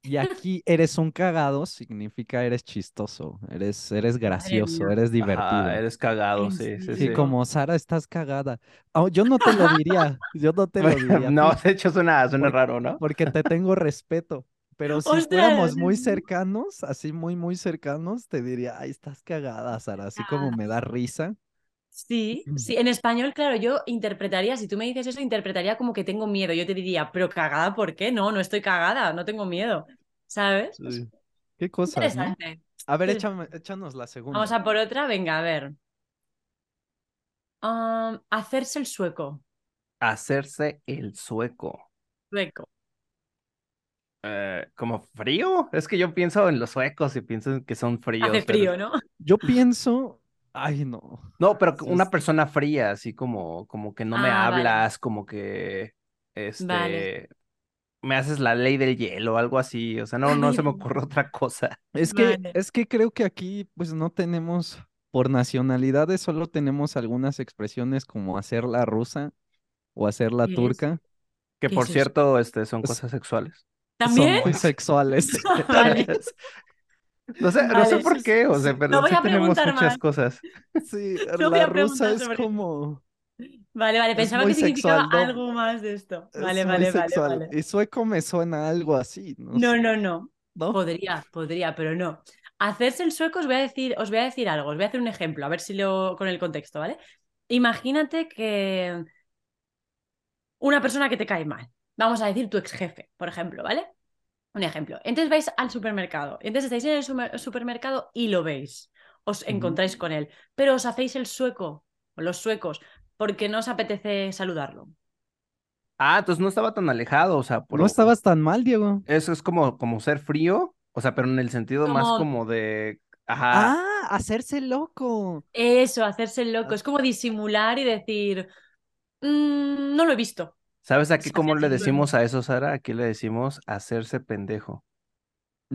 Speaker 3: Y aquí eres un cagado, significa eres chistoso, eres, eres gracioso,
Speaker 1: mía.
Speaker 3: eres divertido.
Speaker 2: Ajá, eres cagado,
Speaker 1: ¿En
Speaker 2: sí, sí,
Speaker 3: Sí,
Speaker 2: sí.
Speaker 3: como Sara, estás cagada. Ah, yo no te lo diría, yo no te lo diría. Pues, a
Speaker 2: No,
Speaker 3: ti,
Speaker 2: de hecho suena, suena
Speaker 3: porque-
Speaker 2: raro, ¿no?
Speaker 3: porque te tengo respeto. Pero si
Speaker 1: ¡Ostras!
Speaker 3: fuéramos muy
Speaker 1: Sí.
Speaker 3: cercanos, así muy, muy cercanos, te diría, ay, estás cagada, Sara, así como me da risa.
Speaker 1: Sí,
Speaker 3: Mm.
Speaker 1: sí, en español, claro, yo interpretaría, si tú me dices eso, interpretaría como que tengo miedo. Yo te diría, pero cagada, ¿por qué? No, no estoy cagada, no tengo miedo. ¿Sabes? Es
Speaker 3: Sí. Qué cosas, ¿no?
Speaker 1: interesante.
Speaker 3: A ver,
Speaker 1: Interesante.
Speaker 3: échame- échanos la
Speaker 1: Vamos
Speaker 3: segunda.
Speaker 1: a por otra, venga, a ver. Am, hacerse el sueco.
Speaker 2: Hacerse el sueco.
Speaker 1: Sueco.
Speaker 2: Eh, ¿como frío? Es que yo pienso en los suecos y pienso en que son
Speaker 1: Hace
Speaker 2: fríos, pero
Speaker 1: frío, ¿no?
Speaker 3: Yo pienso, ay, no.
Speaker 2: No, pero que
Speaker 3: Sí,
Speaker 2: una
Speaker 3: es-
Speaker 2: persona fría, así como, como que no me
Speaker 1: Ah, vale.
Speaker 2: hablas, como que
Speaker 1: Vale.
Speaker 2: este me haces la ley del hielo, algo así. O sea, no,
Speaker 1: La
Speaker 2: no
Speaker 1: ley
Speaker 2: se me
Speaker 1: del-
Speaker 2: ocurre otra cosa.
Speaker 3: Es que,
Speaker 1: Vale.
Speaker 3: es que creo que aquí, pues no tenemos, por nacionalidades, solo tenemos algunas expresiones como hacer la rusa o hacer la
Speaker 1: ¿Qué es?
Speaker 3: turca.
Speaker 2: Que
Speaker 1: ¿Qué
Speaker 2: por
Speaker 1: es eso?
Speaker 2: cierto, este son
Speaker 3: pues,
Speaker 2: cosas sexuales.
Speaker 3: son
Speaker 1: ¿También?
Speaker 3: muy sexuales.
Speaker 1: Vale.
Speaker 2: No sé, no sé
Speaker 1: Vale.
Speaker 2: por qué, o
Speaker 3: Sí,
Speaker 2: sea, pero
Speaker 1: No voy
Speaker 2: sí
Speaker 1: a
Speaker 2: tenemos
Speaker 1: preguntar
Speaker 2: muchas
Speaker 1: más.
Speaker 2: cosas.
Speaker 3: sí,
Speaker 1: No voy
Speaker 3: la
Speaker 1: a
Speaker 3: rusa
Speaker 1: preguntar
Speaker 3: es
Speaker 1: sobre.
Speaker 3: como,
Speaker 1: Vale, vale.
Speaker 3: es
Speaker 1: Pensaba que
Speaker 3: muy
Speaker 1: significaba
Speaker 3: sexual, ¿no?
Speaker 1: algo más de esto.
Speaker 3: Es
Speaker 1: Vale,
Speaker 3: muy
Speaker 1: vale, vale,
Speaker 3: sexual.
Speaker 1: vale.
Speaker 3: Y sueco me suena algo así, no
Speaker 1: No,
Speaker 3: sé,
Speaker 1: no, no.
Speaker 3: ¿no?
Speaker 1: Podría, podría, pero no. Hacerse el sueco, os voy a decir, os voy a decir algo, os voy a hacer un ejemplo, a ver si lo con el contexto, ¿vale? Imagínate que una persona que te cae mal, vamos a decir tu ex jefe, por ejemplo, ¿vale? Un ejemplo. Entonces vais al supermercado, entonces estáis en el sumer- supermercado y lo veis, os
Speaker 3: Ujú.
Speaker 1: encontráis con él, pero os hacéis el sueco, o los suecos, porque no os apetece saludarlo.
Speaker 2: Ah, entonces no estaba tan alejado, o sea,
Speaker 3: No
Speaker 2: pero
Speaker 3: estabas tan mal, Diego.
Speaker 2: eso es como, como ser frío, o sea, pero en el sentido más
Speaker 1: Como
Speaker 2: como de, ajá,
Speaker 3: Ah, hacerse loco.
Speaker 1: eso, hacerse el loco,
Speaker 3: Ah,
Speaker 1: es como disimular y decir, "Mm, no lo he visto.
Speaker 2: ¿sabes aquí
Speaker 1: Es
Speaker 2: cómo le
Speaker 1: hacerse el sueco.
Speaker 2: decimos a eso, Sara? Aquí le decimos hacerse pendejo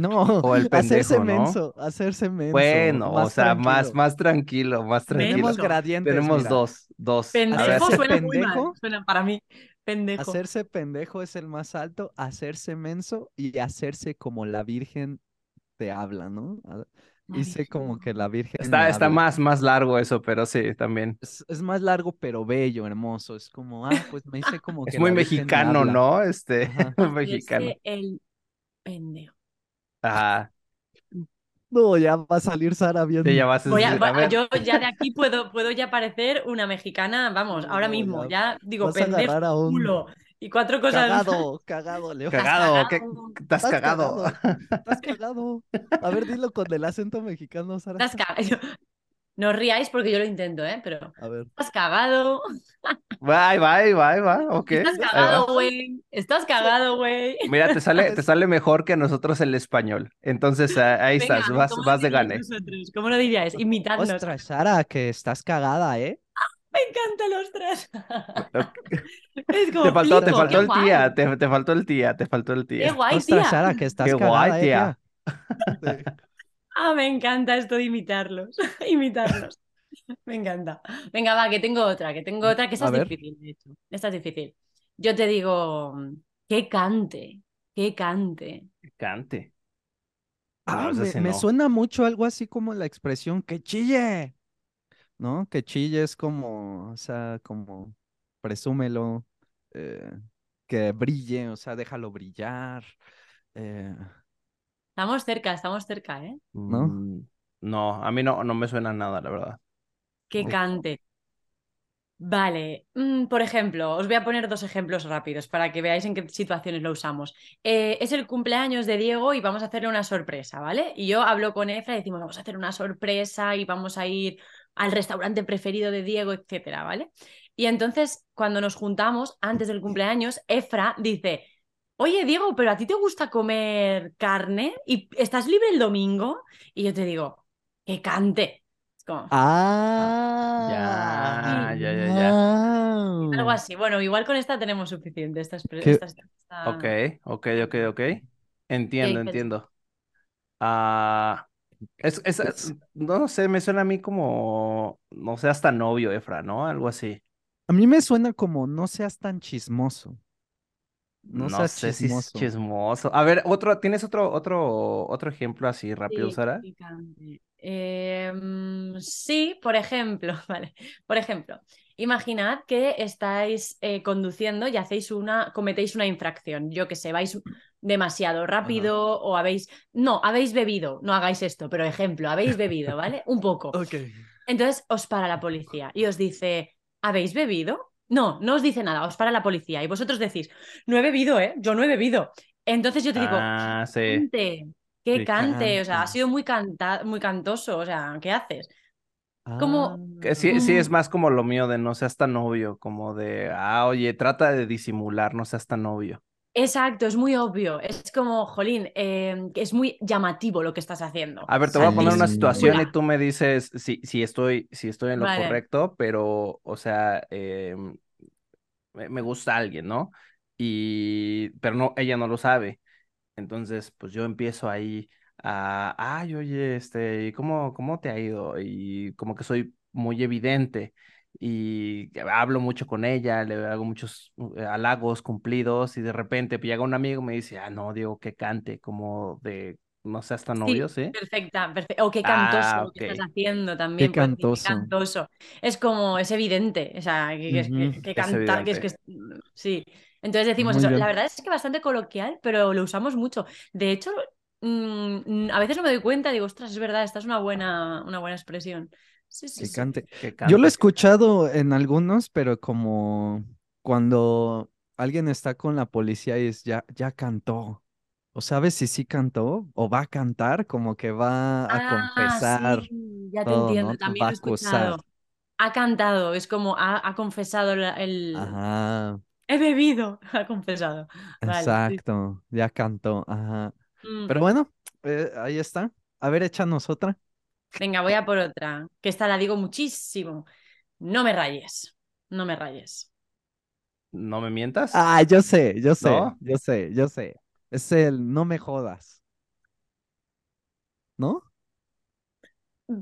Speaker 3: No,
Speaker 2: o el
Speaker 3: hacerse
Speaker 2: pendejo, ¿no?
Speaker 3: menso, hacerse menso,
Speaker 2: Bueno, o
Speaker 3: más
Speaker 2: sea, más,
Speaker 3: tranquilo.
Speaker 2: más tranquilo, más tranquilo.
Speaker 3: Tenemos
Speaker 1: Menso.
Speaker 3: gradientes,
Speaker 2: Tenemos
Speaker 3: mira.
Speaker 2: dos, dos. A ver,
Speaker 1: Pendejo
Speaker 3: Hacerse
Speaker 1: suena muy mal,
Speaker 3: pendejo,
Speaker 1: suena para mí. Pendejo.
Speaker 3: hacerse pendejo es el más alto, hacerse menso y hacerse como la Virgen te habla, ¿no? Ah,
Speaker 1: La
Speaker 3: Hice
Speaker 1: Virgen.
Speaker 3: como que la Virgen me
Speaker 2: está, está
Speaker 3: habla.
Speaker 2: más, más largo eso, pero sí, también.
Speaker 3: Es, es más largo, pero bello, hermoso. Es como, ah, pues me hice como
Speaker 2: Es
Speaker 3: que
Speaker 2: muy
Speaker 3: la Virgen me
Speaker 2: mexicano,
Speaker 3: habla.
Speaker 2: ¿no? Este,
Speaker 3: Ajá.
Speaker 2: mexicano.
Speaker 1: Hacerse el pendejo.
Speaker 2: Ajá.
Speaker 3: No, ya va a salir Sara
Speaker 2: Te
Speaker 3: bien.
Speaker 2: llamas a
Speaker 1: Voy a,
Speaker 2: decir,
Speaker 1: va-
Speaker 2: a ver,
Speaker 1: yo ya de aquí puedo, puedo ya parecer una mexicana, vamos,
Speaker 3: Sí,
Speaker 1: ahora
Speaker 3: no,
Speaker 1: mismo,
Speaker 3: ya
Speaker 1: ya digo
Speaker 3: vas a
Speaker 1: pendejo,
Speaker 3: agarrar a un
Speaker 1: culo y cuatro cosas más.
Speaker 3: cagado, cagado, Leo.
Speaker 1: Has
Speaker 2: cagado, ¿qué?
Speaker 1: cagado,
Speaker 2: ¿Estás
Speaker 3: Estás
Speaker 2: cagado?
Speaker 3: cagado, estás cagado. A ver, dilo con el acento mexicano, Sara.
Speaker 1: estás cagado. No os riáis porque yo lo intento, ¿eh? Pero
Speaker 3: A ver.
Speaker 1: estás cagado,
Speaker 2: Bye, bye, bye, bye. Ok,
Speaker 1: estás
Speaker 3: ¿Estás
Speaker 2: ahí va.
Speaker 1: cagado,
Speaker 3: cagado?
Speaker 1: güey, estás
Speaker 3: Sí.
Speaker 1: cagado, güey.
Speaker 2: Mira, te sale, te
Speaker 3: Es-
Speaker 2: sale mejor que a nosotros el español. Entonces, a- ahí
Speaker 1: Venga,
Speaker 2: estás, vas,
Speaker 1: ¿cómo lo
Speaker 2: vas de
Speaker 1: diríais
Speaker 2: gane.
Speaker 1: vosotros? ¿Cómo lo diríais? Imitadnos.
Speaker 3: Ostras, Sara, que estás cagada, ¿eh?
Speaker 1: Me encanta los ostras.
Speaker 2: Ok.
Speaker 1: Es
Speaker 2: Te
Speaker 1: como,
Speaker 2: faltó, te
Speaker 1: flipo, qué
Speaker 2: faltó el
Speaker 1: guay.
Speaker 2: tía, te, te faltó el tía, te faltó el
Speaker 1: Qué
Speaker 2: tía.
Speaker 1: guay,
Speaker 3: Ostras,
Speaker 1: tía.
Speaker 3: Sara, que
Speaker 2: Qué
Speaker 3: estás
Speaker 2: guay,
Speaker 3: cagada, ¿eh,
Speaker 2: tía.
Speaker 3: tía? Sí.
Speaker 1: Ah, me encanta esto de imitarlos. Imitarlos. Me encanta. Venga, va, que tengo otra, que tengo otra, que esta
Speaker 3: A
Speaker 1: es
Speaker 3: ver.
Speaker 1: difícil, de hecho. Esta es difícil. Yo te digo, que cante, que cante.
Speaker 2: Cante. No,
Speaker 3: Ah,
Speaker 2: eso
Speaker 3: me,
Speaker 2: sí
Speaker 3: me
Speaker 2: no.
Speaker 3: suena mucho algo así como la expresión que chille, ¿no? Que chille es como, o sea, como presúmelo, eh, que brille, o sea, déjalo brillar, eh,
Speaker 1: Estamos cerca, estamos cerca, ¿eh?
Speaker 3: ¿no?
Speaker 2: Mm, No, a mí no, no me suena nada, la verdad.
Speaker 1: Que
Speaker 2: No.
Speaker 1: cante. Vale, mm, por ejemplo, os voy a poner dos ejemplos rápidos para que veáis en qué situaciones lo usamos. Eh, es el cumpleaños de Diego y vamos a hacerle una sorpresa, ¿vale? Y yo hablo con Efra y decimos, vamos a hacer una sorpresa y vamos a ir al restaurante preferido de Diego, etcétera, ¿vale? Y entonces, cuando nos juntamos antes del cumpleaños, Efra dice, oye, Diego, pero a ti te gusta comer carne y estás libre el domingo. Y yo te digo, que cante. Es como,
Speaker 3: Ah,
Speaker 2: Ya, ya, ya, ya.
Speaker 3: wow.
Speaker 2: Mm.
Speaker 1: Algo así. Bueno, igual con esta tenemos suficiente. Esta, expre-
Speaker 3: ¿Qué?
Speaker 1: esta- esta-
Speaker 2: Ok, ok, ok, ok. Entiendo,
Speaker 1: dices?
Speaker 2: entiendo. Ah, es, es, es- no no sé, me suena a mí como, no sé, hasta novio, Efra, ¿no? Algo así.
Speaker 3: A mí me suena como no seas tan chismoso. No
Speaker 2: No
Speaker 3: seas
Speaker 2: sé si es
Speaker 3: chismoso.
Speaker 2: chismoso. A ver, otro, ¿tienes otro, otro, otro ejemplo así rápido,
Speaker 1: Sí,
Speaker 2: Sara?
Speaker 1: que cante. Em, sí, por ejemplo, vale. Por ejemplo, imaginad que estáis eh, conduciendo y hacéis una, cometéis una infracción. Yo que sé, vais demasiado
Speaker 2: Ajá.
Speaker 1: rápido o habéis, no, habéis bebido. No hagáis esto, pero ejemplo, habéis bebido, ¿vale? Un poco.
Speaker 3: Ok.
Speaker 1: Entonces os para la policía y os dice, ¿habéis bebido? No, no os dice nada, os para la policía y vosotros decís, no he bebido, ¿eh? Yo no he bebido. Entonces yo te digo,
Speaker 2: Ah, sí,
Speaker 1: cante, eh, que
Speaker 2: sí,
Speaker 1: cante, o sea, ha
Speaker 3: Canta.
Speaker 1: sido muy, canta muy cantoso, o sea, ¿qué haces?
Speaker 3: Ah,
Speaker 1: Como,
Speaker 2: que sí, sí es
Speaker 1: mm,
Speaker 2: más como lo mío de no seas tan novio, como de, ah, oye, trata de disimular, no seas tan novio.
Speaker 1: exacto, es muy obvio, es como, jolín, eh, que es muy llamativo lo que estás haciendo,
Speaker 2: A ver, te voy a poner una situación y
Speaker 1: disimula.
Speaker 2: tú me dices si, si estoy, si estoy en lo
Speaker 1: Vale,
Speaker 2: correcto, pero, o sea, em, me, me gusta alguien, ¿no? Y, pero no, ella no lo sabe. Entonces, pues yo empiezo ahí a, ay, oye, este, ¿y ¿cómo, cómo te ha ido? Y como que soy muy evidente y hablo mucho con ella, le hago muchos uh, halagos, cumplidos y de repente pues, llega un amigo y me dice, ah, no, Diego, que cante, como de, no seas tan novio,
Speaker 1: sí,
Speaker 2: ¿sí?
Speaker 1: perfecta, perfecta, o qué cantoso
Speaker 2: Ah,
Speaker 1: lo que estás
Speaker 2: ok.
Speaker 1: haciendo
Speaker 3: qué
Speaker 1: también, puedes decir qué
Speaker 3: cantoso.
Speaker 1: cantoso, es como, es evidente, o sea, que, que,
Speaker 3: Ujú,
Speaker 1: que- que
Speaker 2: Es
Speaker 1: canta, que es que,
Speaker 2: evidente.
Speaker 1: es- sí, entonces decimos
Speaker 3: Muy
Speaker 1: eso, la
Speaker 3: bien.
Speaker 1: verdad es que bastante coloquial, pero lo usamos mucho, de hecho, mm, a veces no me doy cuenta, digo, ostras, es verdad, esta es una buena, una buena expresión, sí, sí,
Speaker 3: Que
Speaker 1: sí,
Speaker 3: cante.
Speaker 2: Que
Speaker 3: Yo lo he
Speaker 2: cante.
Speaker 3: escuchado en algunos, pero como cuando alguien está con la policía y es ya, ya cantó. O sabes si sí cantó o va a cantar, como que va a
Speaker 1: ah, sí,
Speaker 3: confesar
Speaker 1: ya te
Speaker 3: todo,
Speaker 1: entiendo,
Speaker 3: ¿no?
Speaker 1: también
Speaker 3: Va
Speaker 1: lo
Speaker 3: a
Speaker 1: he escuchado,
Speaker 3: acusar.
Speaker 1: ha cantado, es como ha, ha confesado la- el...
Speaker 3: Ajá,
Speaker 1: He bebido, ha confesado. Vale, sí.
Speaker 3: exacto, ya cantó. Ajá.
Speaker 1: Mm,
Speaker 3: Pero bueno, eh, ahí está. A ver, échanos otra.
Speaker 1: Venga, voy a por otra, que esta la digo muchísimo. No me rayes, no me rayes.
Speaker 2: ¿No me mientas?
Speaker 3: Ah, yo sé, yo sé,
Speaker 2: ¿No?
Speaker 3: yo sé, yo sé. Es el no me jodas, ¿no?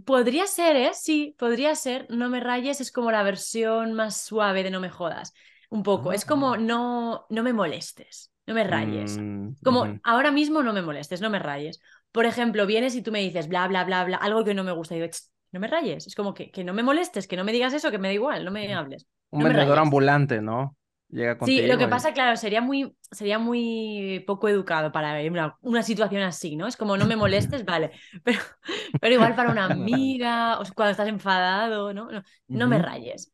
Speaker 1: Podría ser, ¿eh? Sí, podría ser. No me rayes es como la versión más suave de no me jodas. Un poco.
Speaker 3: Ah.
Speaker 1: Es como no, no me molestes, no me rayes.
Speaker 2: Mm, ujú.
Speaker 1: Como ahora mismo no me molestes, no me rayes. Por ejemplo, vienes y tú me dices bla, bla, bla, bla, algo que no me gusta. Y digo, "Ch, no me rayes. Es como que, que no me molestes, que no me digas eso, que me da igual, no me
Speaker 2: Mm.
Speaker 1: hables.
Speaker 2: Un
Speaker 1: No me
Speaker 2: vendedor
Speaker 1: rayes.
Speaker 2: ambulante, ¿no? Llega
Speaker 1: Sí, lo
Speaker 3: ¿eh?
Speaker 1: que
Speaker 2: contigo y...
Speaker 1: pasa, claro, sería muy, sería muy poco educado para una, una situación así, ¿no? Es como no me molestes, vale, pero, pero igual para una amiga, o cuando estás enfadado, ¿no? No, no me
Speaker 3: Ujú.
Speaker 1: rayes.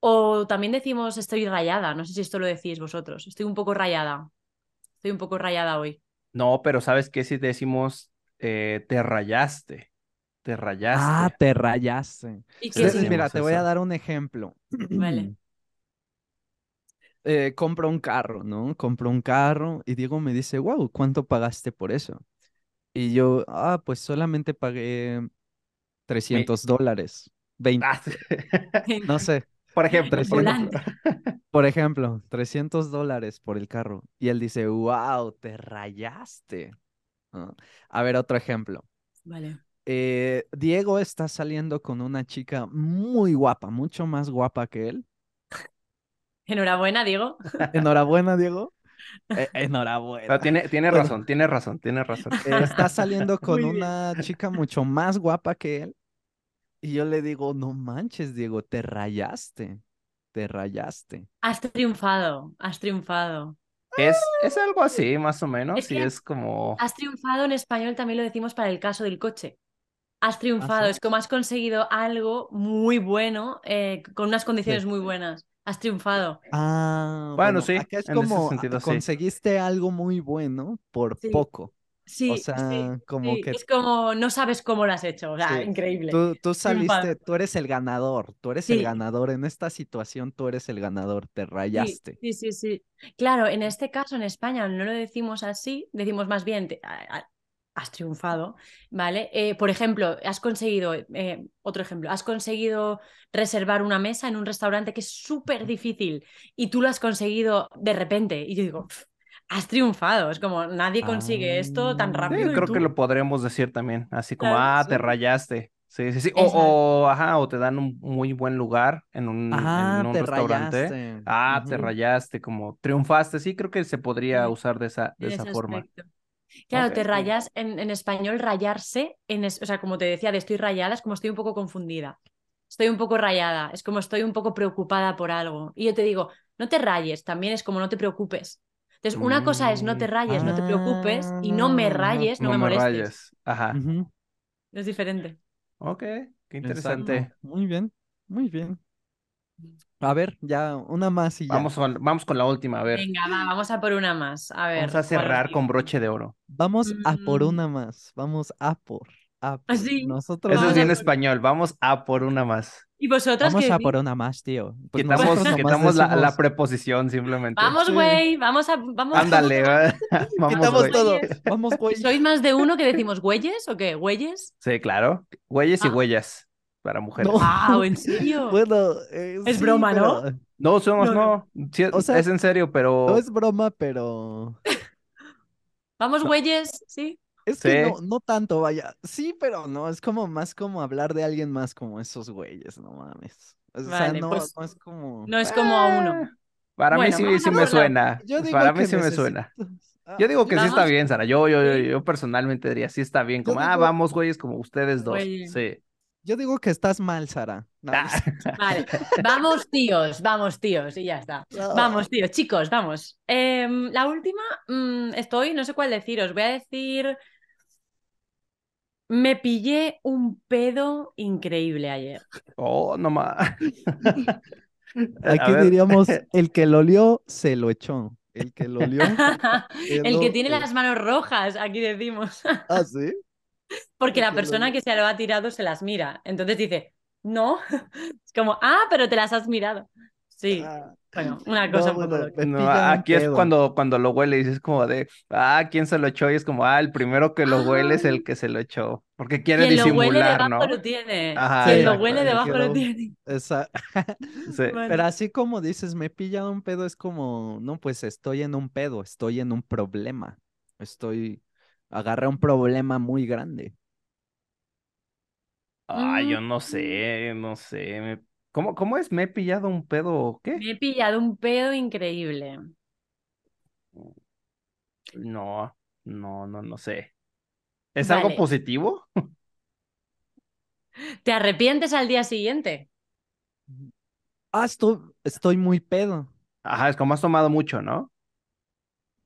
Speaker 1: O también decimos estoy rayada, no sé si esto lo decís vosotros, estoy un poco rayada, estoy un poco rayada hoy.
Speaker 2: No, pero ¿sabes qué? Si decimos, eh, te rayaste, te
Speaker 3: Ah,
Speaker 2: rayaste.
Speaker 3: te rayaste.
Speaker 1: ¿Y
Speaker 2: Sí
Speaker 1: qué
Speaker 3: Es que,
Speaker 1: es eso?
Speaker 3: mira,
Speaker 2: decimos
Speaker 3: te voy a
Speaker 2: eso.
Speaker 3: dar un ejemplo.
Speaker 1: Vale.
Speaker 3: Eh, compro un carro, ¿no? Compro un carro y Diego me dice, wow, ¿cuánto pagaste por eso? Y yo, ah, pues solamente pagué
Speaker 2: Mi...
Speaker 3: 300 dólares, 20,
Speaker 2: Ah,
Speaker 3: no sé,
Speaker 2: Por ejemplo, por
Speaker 3: 300,
Speaker 2: ejemplo.
Speaker 1: Ambulante.
Speaker 3: por ejemplo, 300 dólares por el carro. Y él dice, wow, te rayaste. ¿no? A ver, otro ejemplo.
Speaker 1: Vale.
Speaker 3: eh, Diego está saliendo con una chica muy guapa, mucho más guapa que él.
Speaker 1: Enhorabuena, Diego.
Speaker 3: Enhorabuena, Diego. Eh, enhorabuena.
Speaker 2: No, tiene, tiene
Speaker 3: Bueno,
Speaker 2: razón, tiene razón, tiene razón.
Speaker 3: eh, está saliendo con
Speaker 1: Muy bien.
Speaker 3: una chica mucho más guapa que él. Y yo le digo, no manches, Diego, te rayaste, te rayaste.
Speaker 1: Has triunfado, has triunfado.
Speaker 2: Es, es algo así, más o menos,
Speaker 1: Es
Speaker 2: y
Speaker 1: que
Speaker 2: es como...
Speaker 1: has triunfado en español también lo decimos para el caso del coche.
Speaker 3: Ah,
Speaker 1: has triunfado, es como has conseguido algo muy bueno eh, con unas condiciones muy buenas. Has triunfado.
Speaker 3: Ah,
Speaker 2: Bueno, sí,
Speaker 3: acá es
Speaker 2: en ese
Speaker 3: como ah,
Speaker 2: sentido, sí.
Speaker 3: conseguiste algo muy bueno por
Speaker 1: Sí,
Speaker 3: poco.
Speaker 1: Sí,
Speaker 3: o
Speaker 1: sí,
Speaker 3: sea, como
Speaker 1: sí,
Speaker 3: que
Speaker 1: es como no sabes cómo lo has hecho, o sea,
Speaker 3: Sí.
Speaker 1: increíble.
Speaker 3: tú, tú saliste,
Speaker 1: triunfado.
Speaker 3: tú eres el ganador, tú eres el
Speaker 1: Sí.
Speaker 3: ganador. En esta situación tú eres el ganador, te
Speaker 1: Sí,
Speaker 3: rayaste.
Speaker 1: sí, sí, sí. Claro, en este caso en España no lo decimos así, decimos más bien, te- a- a- has triunfado, ¿vale? Eh, por ejemplo, has conseguido, eh, otro ejemplo, has conseguido reservar una mesa en un restaurante que es súper difícil y tú lo has conseguido de repente y yo digo, "Pf, has triunfado, es como nadie consigue esto tan
Speaker 3: Ah.
Speaker 2: Sí,
Speaker 1: rápido y
Speaker 2: creo
Speaker 1: tú...
Speaker 2: que lo podremos decir también, así como,
Speaker 1: Claro,
Speaker 2: ah, te
Speaker 3: sí.
Speaker 2: rayaste. Sí, sí, sí. O,
Speaker 1: Exacto.
Speaker 2: o, ajá, o te dan un muy buen lugar en un, en
Speaker 3: Ah,
Speaker 2: un
Speaker 3: te
Speaker 2: restaurante.
Speaker 3: rayaste.
Speaker 2: Ah, te
Speaker 3: Ujú.
Speaker 2: rayaste, como triunfaste. Sí, creo que se podría
Speaker 1: Sí,
Speaker 2: usar de esa, de
Speaker 1: en
Speaker 2: esa
Speaker 1: ese
Speaker 2: forma.
Speaker 1: aspecto. Claro,
Speaker 2: Ok,
Speaker 1: te rayas en, en español, rayarse, en es- o sea, como te decía, de estoy rayada, es como estoy un poco confundida. Estoy un poco rayada, es como estoy un poco preocupada por algo. Y yo te digo, no te rayes, también es como no te preocupes. Entonces, una cosa es no
Speaker 2: Mm,
Speaker 1: te rayes, no te preocupes, y no me
Speaker 3: Ah,
Speaker 1: rayes, no me
Speaker 2: no me
Speaker 1: molestes.
Speaker 2: rayes. Ajá.
Speaker 3: ujú,
Speaker 1: Es diferente.
Speaker 2: Ok, qué
Speaker 3: Exacto.
Speaker 2: interesante.
Speaker 3: Muy bien, muy bien. A ver, ya una más y ya.
Speaker 2: Vamos, con- vamos con la última, a ver.
Speaker 1: Venga, va, vamos a por una más. A
Speaker 2: Vamos
Speaker 1: ver,
Speaker 2: a
Speaker 1: ¿cuál os
Speaker 2: cerrar
Speaker 1: digo?
Speaker 2: con broche de oro.
Speaker 3: Vamos a por
Speaker 1: Mm, Ah,
Speaker 3: una más. Vamos a por, a por.
Speaker 1: así,
Speaker 3: Nosotros
Speaker 2: Eso es
Speaker 1: vamos a
Speaker 2: bien
Speaker 3: vamos,
Speaker 1: por...
Speaker 2: español. Vamos a por una más.
Speaker 1: ¿Y vosotras qué
Speaker 3: vamos a
Speaker 1: decís?
Speaker 3: por una más, tío. Pues
Speaker 2: Quitamos,
Speaker 3: nosotros nomás
Speaker 2: quitamos la, la
Speaker 3: decimos,
Speaker 2: preposición simplemente.
Speaker 1: Vamos,
Speaker 3: sí,
Speaker 1: güey, vamos a... Vamos, vamos
Speaker 2: Ándale, va. vamos,
Speaker 3: quitamos
Speaker 2: güey.
Speaker 3: todo.
Speaker 1: güeyes.
Speaker 3: Vamos, güey.
Speaker 1: ¿Sois más de uno que decimos güeyes o qué? ¿Güeyes?
Speaker 2: Sí, claro. Güeyes y
Speaker 1: Ah,
Speaker 2: huellas para
Speaker 3: No.
Speaker 2: mujeres.
Speaker 1: wow, ¿en serio?
Speaker 3: Bueno, eh,
Speaker 1: Es
Speaker 3: sí,
Speaker 1: broma,
Speaker 3: pero,
Speaker 1: ¿no?
Speaker 2: No, somos,
Speaker 1: No, no.
Speaker 2: no. Sí,
Speaker 3: o sea,
Speaker 2: es en serio,
Speaker 3: no
Speaker 2: pero
Speaker 3: es broma, pero
Speaker 1: Vamos,
Speaker 2: no,
Speaker 1: güeyes, sí.
Speaker 3: es
Speaker 2: sí.
Speaker 3: que no, no tanto, vaya. Sí, pero no, es como más como hablar de alguien más como esos güeyes, no mames. O sea,
Speaker 1: Vale,
Speaker 3: no,
Speaker 1: pues
Speaker 3: no es como.
Speaker 1: no es como a uno.
Speaker 2: Eh, para mí
Speaker 1: Bueno,
Speaker 2: sí,
Speaker 1: vamos
Speaker 2: sí
Speaker 1: a
Speaker 2: me
Speaker 1: por la...
Speaker 2: suena. Pues
Speaker 3: Yo digo
Speaker 2: Para mí
Speaker 3: que
Speaker 2: sí me suena.
Speaker 3: necesito. ah,
Speaker 2: Yo digo
Speaker 3: yo,
Speaker 2: que sí está
Speaker 1: Vamos,
Speaker 2: bien, Sara. Yo, yo, yo,
Speaker 1: sí,
Speaker 2: yo personalmente diría, sí está bien.
Speaker 3: yo
Speaker 2: Como, ah,
Speaker 3: digo,
Speaker 2: vamos, güeyes, como ustedes dos.
Speaker 1: güey.
Speaker 2: Sí.
Speaker 3: yo digo que estás mal, Sara. No, no es
Speaker 2: Ah.
Speaker 3: cierto.
Speaker 1: Vale, vamos tíos, vamos tíos, y ya está.
Speaker 3: No.
Speaker 1: Vamos tíos, chicos, vamos. Em, la última, mm, estoy, no sé cuál deciros, voy a decir, me pillé un pedo increíble ayer.
Speaker 2: Oh, no más. A
Speaker 3: Aquí
Speaker 2: ver.
Speaker 3: diríamos, el que lo olió, se lo echó. El que lo olió, se
Speaker 1: El que
Speaker 3: lo
Speaker 1: tiene las
Speaker 3: echó.
Speaker 1: manos rojas, aquí decimos,
Speaker 3: Ah, sí.
Speaker 1: porque
Speaker 3: El
Speaker 1: la
Speaker 3: que lo
Speaker 1: persona
Speaker 3: olió.
Speaker 1: que se lo ha tirado se las mira. Entonces dice, no, es como, ah, pero te las has mirado. Sí,
Speaker 3: Ah,
Speaker 1: bueno, una cosa
Speaker 3: no,
Speaker 1: un poco
Speaker 3: bueno,
Speaker 1: loca.
Speaker 3: me
Speaker 2: No,
Speaker 3: pilla
Speaker 2: a-
Speaker 3: un
Speaker 2: aquí es
Speaker 3: pedo.
Speaker 2: cuando, cuando lo huele y dices como de, ah, ¿quién se lo echó? Y es como, ah, el primero que lo huele es
Speaker 1: Ah,
Speaker 2: el que se lo echó, porque quiere
Speaker 1: quien lo huele
Speaker 2: disimular,
Speaker 1: debajo
Speaker 2: ¿no? Ah.
Speaker 1: lo tiene.
Speaker 2: Ajá,
Speaker 1: Quien
Speaker 3: Sí,
Speaker 1: lo
Speaker 2: exacto,
Speaker 1: huele
Speaker 3: el
Speaker 1: debajo
Speaker 3: que
Speaker 1: lo
Speaker 3: lo...
Speaker 1: tiene.
Speaker 3: Esa...
Speaker 2: sí,
Speaker 3: Pero
Speaker 1: Vale.
Speaker 3: así como dices, me pilla un pedo, es como, no, pues estoy en un pedo, estoy en un problema. Estoy, agarré un problema muy grande.
Speaker 2: Ah,
Speaker 1: Mm,
Speaker 2: yo no sé, no sé, me- ¿Cómo, cómo es? ¿Me he pillado un pedo o qué?
Speaker 1: me he pillado un pedo increíble.
Speaker 2: No, no, no, no sé. ¿Es algo
Speaker 1: Vale.
Speaker 2: positivo?
Speaker 1: ¿Te arrepientes al día siguiente?
Speaker 3: Ah, estoy, estoy muy pedo.
Speaker 2: Ajá, es como has tomado mucho, ¿no?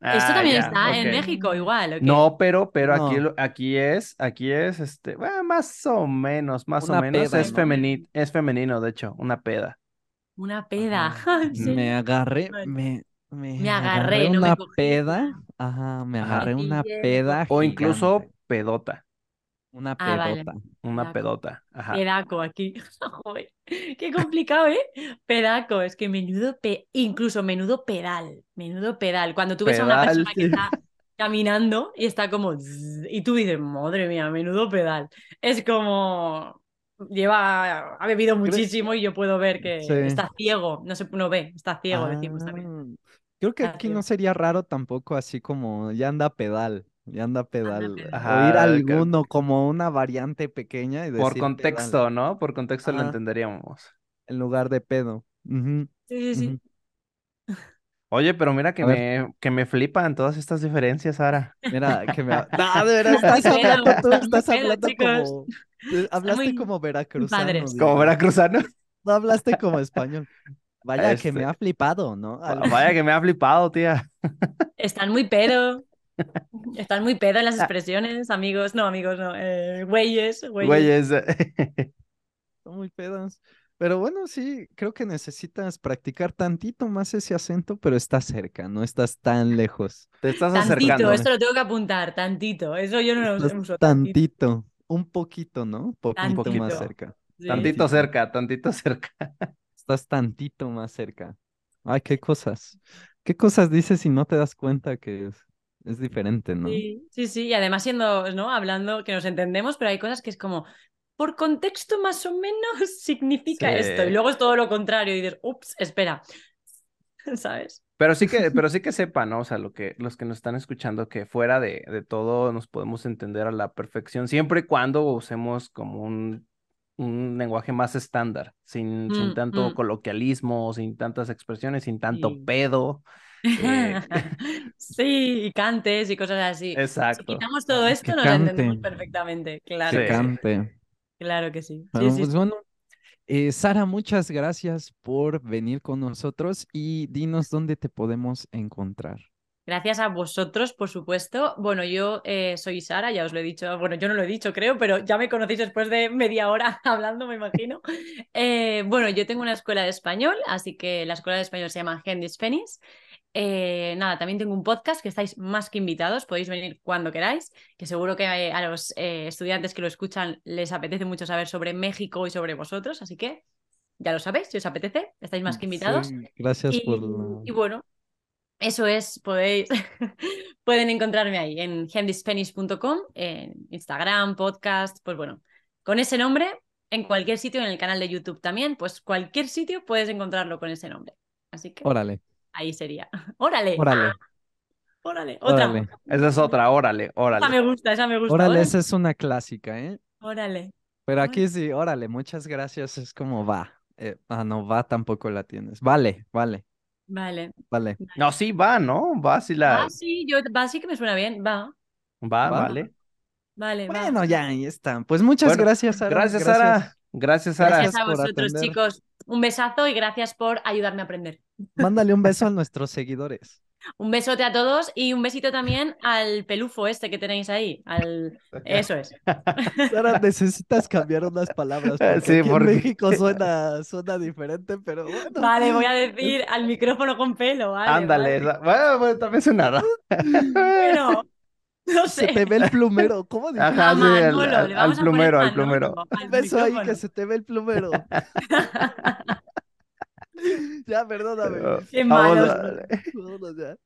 Speaker 1: Esto
Speaker 2: Ah,
Speaker 1: también
Speaker 2: ya,
Speaker 1: está en
Speaker 2: ok.
Speaker 1: México
Speaker 3: Mm,
Speaker 1: igual, ¿o qué?
Speaker 2: No, pero, pero aquí,
Speaker 3: No,
Speaker 2: lo- aquí es, aquí es, este, bueno, más o menos, más o
Speaker 3: una
Speaker 2: menos,
Speaker 3: peda,
Speaker 2: es
Speaker 3: ¿no?
Speaker 2: femenino,
Speaker 1: Bueno,
Speaker 2: es femenino, de hecho, una peda.
Speaker 1: una peda.
Speaker 3: Ajá.
Speaker 1: ¿En
Speaker 2: Ujú.
Speaker 3: Me
Speaker 1: serio?
Speaker 3: agarré,
Speaker 1: Vale.
Speaker 3: me,
Speaker 1: Me
Speaker 3: me agarré
Speaker 1: agarré, no me
Speaker 3: una
Speaker 1: cogí, Ah,
Speaker 3: peda.
Speaker 1: claro.
Speaker 3: Ajá, me
Speaker 1: Me
Speaker 2: Ajá.
Speaker 3: agarré una
Speaker 1: pillé, me
Speaker 3: peda
Speaker 1: cogí.
Speaker 2: O incluso
Speaker 3: gigante.
Speaker 2: pedota,
Speaker 3: Una
Speaker 1: Ah, vale.
Speaker 3: pedota.
Speaker 2: una
Speaker 1: Pedaco.
Speaker 2: pedota, ajá.
Speaker 1: Pedaco aquí. Joder, qué complicado, ¿eh? Pedaco. Es que menudo pe... incluso menudo pedal. Menudo pedal. Cuando tú ves a una
Speaker 2: Pedal,
Speaker 1: persona que
Speaker 2: sí.
Speaker 1: está caminando y está como... zzz, Y tú dices, madre mía, menudo pedal. Es como... Lleva... Ha bebido
Speaker 3: Cre-
Speaker 1: muchísimo y yo puedo ver que
Speaker 3: Sí.
Speaker 1: está ciego. No se... no ve. Está ciego, decimos también.
Speaker 3: Ah, creo que
Speaker 1: Está
Speaker 3: aquí
Speaker 1: ciego.
Speaker 3: no sería raro tampoco así como ya anda pedal, ya anda
Speaker 1: Anda
Speaker 3: pedal,
Speaker 1: pedal.
Speaker 3: o ir a
Speaker 2: Ajá, que-
Speaker 3: alguno como una variante pequeña y
Speaker 2: por
Speaker 3: decir pedal,
Speaker 2: contexto, ¿no? Por contexto lo
Speaker 3: ah,
Speaker 2: entenderíamos.
Speaker 3: en lugar de pedo. Ujú,
Speaker 1: Sí, sí,
Speaker 3: ujú.
Speaker 1: sí.
Speaker 2: Oye, pero mira que
Speaker 3: A ver,
Speaker 2: me, que me flipan todas estas diferencias, Sara.
Speaker 3: mira, que me... ha- No, de verdad,
Speaker 1: Está muy
Speaker 3: estás
Speaker 1: pedo.
Speaker 3: hablando tú,
Speaker 1: Está muy
Speaker 3: estás
Speaker 1: pedo,
Speaker 3: hablando
Speaker 1: chicos.
Speaker 3: como... eh,
Speaker 1: Está
Speaker 3: Hablaste
Speaker 1: muy
Speaker 3: como
Speaker 1: muy
Speaker 3: veracruzano,
Speaker 1: padres.
Speaker 2: Como
Speaker 3: diría.
Speaker 2: veracruzano,
Speaker 3: No hablaste como español. Vaya, que
Speaker 2: este,
Speaker 3: me ha flipado, ¿no? Algo
Speaker 2: vaya
Speaker 3: así.
Speaker 2: que me ha flipado, tía.
Speaker 1: Están muy pedo. Están muy pedo en las expresiones, amigos. No, amigos, no. eh, güeyes, güeyes.
Speaker 2: Güeyes.
Speaker 3: Son muy pedas. Pero bueno, sí, creo que necesitas practicar tantito más ese acento, pero estás cerca, no estás tan lejos.
Speaker 2: Te estás
Speaker 1: Tantito,
Speaker 2: acercando.
Speaker 1: esto lo tengo que apuntar, tantito. Eso yo no lo
Speaker 3: Estás
Speaker 1: uso.
Speaker 3: tantito, un poquito, ¿no? Un poquito
Speaker 1: Tantito.
Speaker 3: más cerca.
Speaker 1: Sí.
Speaker 2: Tantito cerca, tantito cerca.
Speaker 3: Estás tantito más cerca. Ay, qué cosas. ¿Qué cosas dices y no te das cuenta que es, es diferente, ¿no?
Speaker 1: Sí, sí, sí, y además siendo, ¿no? Hablando que nos entendemos, pero hay cosas que es como, por contexto más o menos significa
Speaker 2: Sí.
Speaker 1: esto, y luego es todo lo contrario, y dices, ups, espera, ¿sabes?
Speaker 2: Pero sí que, pero sí que sepan, ¿no? O sea, lo que, los que nos están escuchando, que fuera de, de todo nos podemos entender a la perfección, siempre y cuando usemos como un, un lenguaje más estándar, sin, sin
Speaker 1: Mm,
Speaker 2: tanto
Speaker 1: mm.
Speaker 2: coloquialismo, sin tantas expresiones, sin tanto
Speaker 1: Sí.
Speaker 2: pedo. Eh,
Speaker 1: Sí, y cantes y cosas así. Si
Speaker 2: exacto.
Speaker 1: quitamos todo esto,
Speaker 3: que
Speaker 1: nos entendemos
Speaker 3: canten.
Speaker 1: perfectamente,
Speaker 3: Que
Speaker 1: claro
Speaker 2: Sí.
Speaker 1: que sí,
Speaker 3: cante.
Speaker 1: claro que sí. Sí,
Speaker 3: Bueno,
Speaker 1: sí,
Speaker 3: pues bueno, eh, Sara, muchas gracias por venir con nosotros y dinos dónde te podemos encontrar.
Speaker 1: Gracias a vosotros, por supuesto. Bueno, yo eh, soy Sara, ya os lo he dicho. Bueno, yo no lo he dicho, creo, pero ya me conocéis después de media hora hablando, me imagino. Eh, bueno, yo tengo una escuela de español, así que la escuela de español se llama Gendis Penis. Eh, nada, también tengo un podcast que estáis más que invitados, podéis venir cuando queráis, que seguro que eh, a los eh, estudiantes que lo escuchan les apetece mucho saber sobre México y sobre vosotros, así que ya lo sabéis, si os apetece, estáis más que invitados.
Speaker 3: Sí, gracias
Speaker 1: Y,
Speaker 3: por la-
Speaker 1: y bueno, eso es, podéis, pueden encontrarme ahí en hendispenish.com, en Instagram, podcast, pues bueno, con ese nombre, en cualquier sitio, en el canal de YouTube también, pues cualquier sitio puedes encontrarlo con ese nombre. Así que
Speaker 3: Órale,
Speaker 1: ahí sería. Órale,
Speaker 3: órale,
Speaker 1: órale, otra.
Speaker 3: órale,
Speaker 2: Esa es otra, órale,
Speaker 1: Esa
Speaker 2: órale.
Speaker 1: Ah, me gusta, esa me gusta.
Speaker 3: órale,
Speaker 1: Órale,
Speaker 3: esa es una clásica, ¿eh?
Speaker 1: órale.
Speaker 3: Pero
Speaker 1: Ay.
Speaker 3: aquí sí, órale, muchas gracias, es como va. Eh, ah, no, va tampoco la tienes. Vale, vale,
Speaker 1: Vale.
Speaker 3: vale.
Speaker 2: No, sí, va, ¿no? Va, sí la.
Speaker 1: Ah, sí, yo, va, sí que me suena bien. Va,
Speaker 2: Va,
Speaker 3: Va.
Speaker 2: vale.
Speaker 1: vale, va.
Speaker 3: Bueno, ya, ahí está. Pues muchas
Speaker 2: Bueno,
Speaker 3: gracias, Sara.
Speaker 2: Gracias, Sara. Gracias, Sara.
Speaker 1: Gracias a
Speaker 3: por
Speaker 1: vosotros,
Speaker 3: atender.
Speaker 1: chicos. Un besazo y gracias por ayudarme a aprender.
Speaker 3: Mándale un beso a nuestros seguidores.
Speaker 1: Un besote a todos y un besito también al pelufo este que tenéis ahí. Al... Eso es.
Speaker 3: Sara, necesitas cambiar unas palabras
Speaker 2: Ah,
Speaker 3: porque
Speaker 2: sí,
Speaker 3: aquí
Speaker 2: porque-
Speaker 3: en México suena, suena diferente, pero bueno.
Speaker 1: Vale, voy a decir al micrófono con pelo. Vale,
Speaker 2: Ándale.
Speaker 1: vale.
Speaker 2: esa- Bueno, bueno, también es una.
Speaker 1: Bueno, no
Speaker 3: Se
Speaker 1: sé.
Speaker 3: te ve el plumero. ¿Cómo dices?
Speaker 2: Ajá,
Speaker 1: A
Speaker 2: sí, al-
Speaker 1: Manolo,
Speaker 2: al-
Speaker 1: le
Speaker 2: al
Speaker 1: vamos a poner
Speaker 2: plumero, al
Speaker 1: Manolo,
Speaker 2: plumero.
Speaker 1: al
Speaker 3: beso ahí que
Speaker 1: micrófono.
Speaker 3: se te ve el plumero. ya, perdóname.
Speaker 2: Pero
Speaker 1: Qué
Speaker 2: vamos
Speaker 1: malos.
Speaker 2: a-
Speaker 3: Vámonos ya.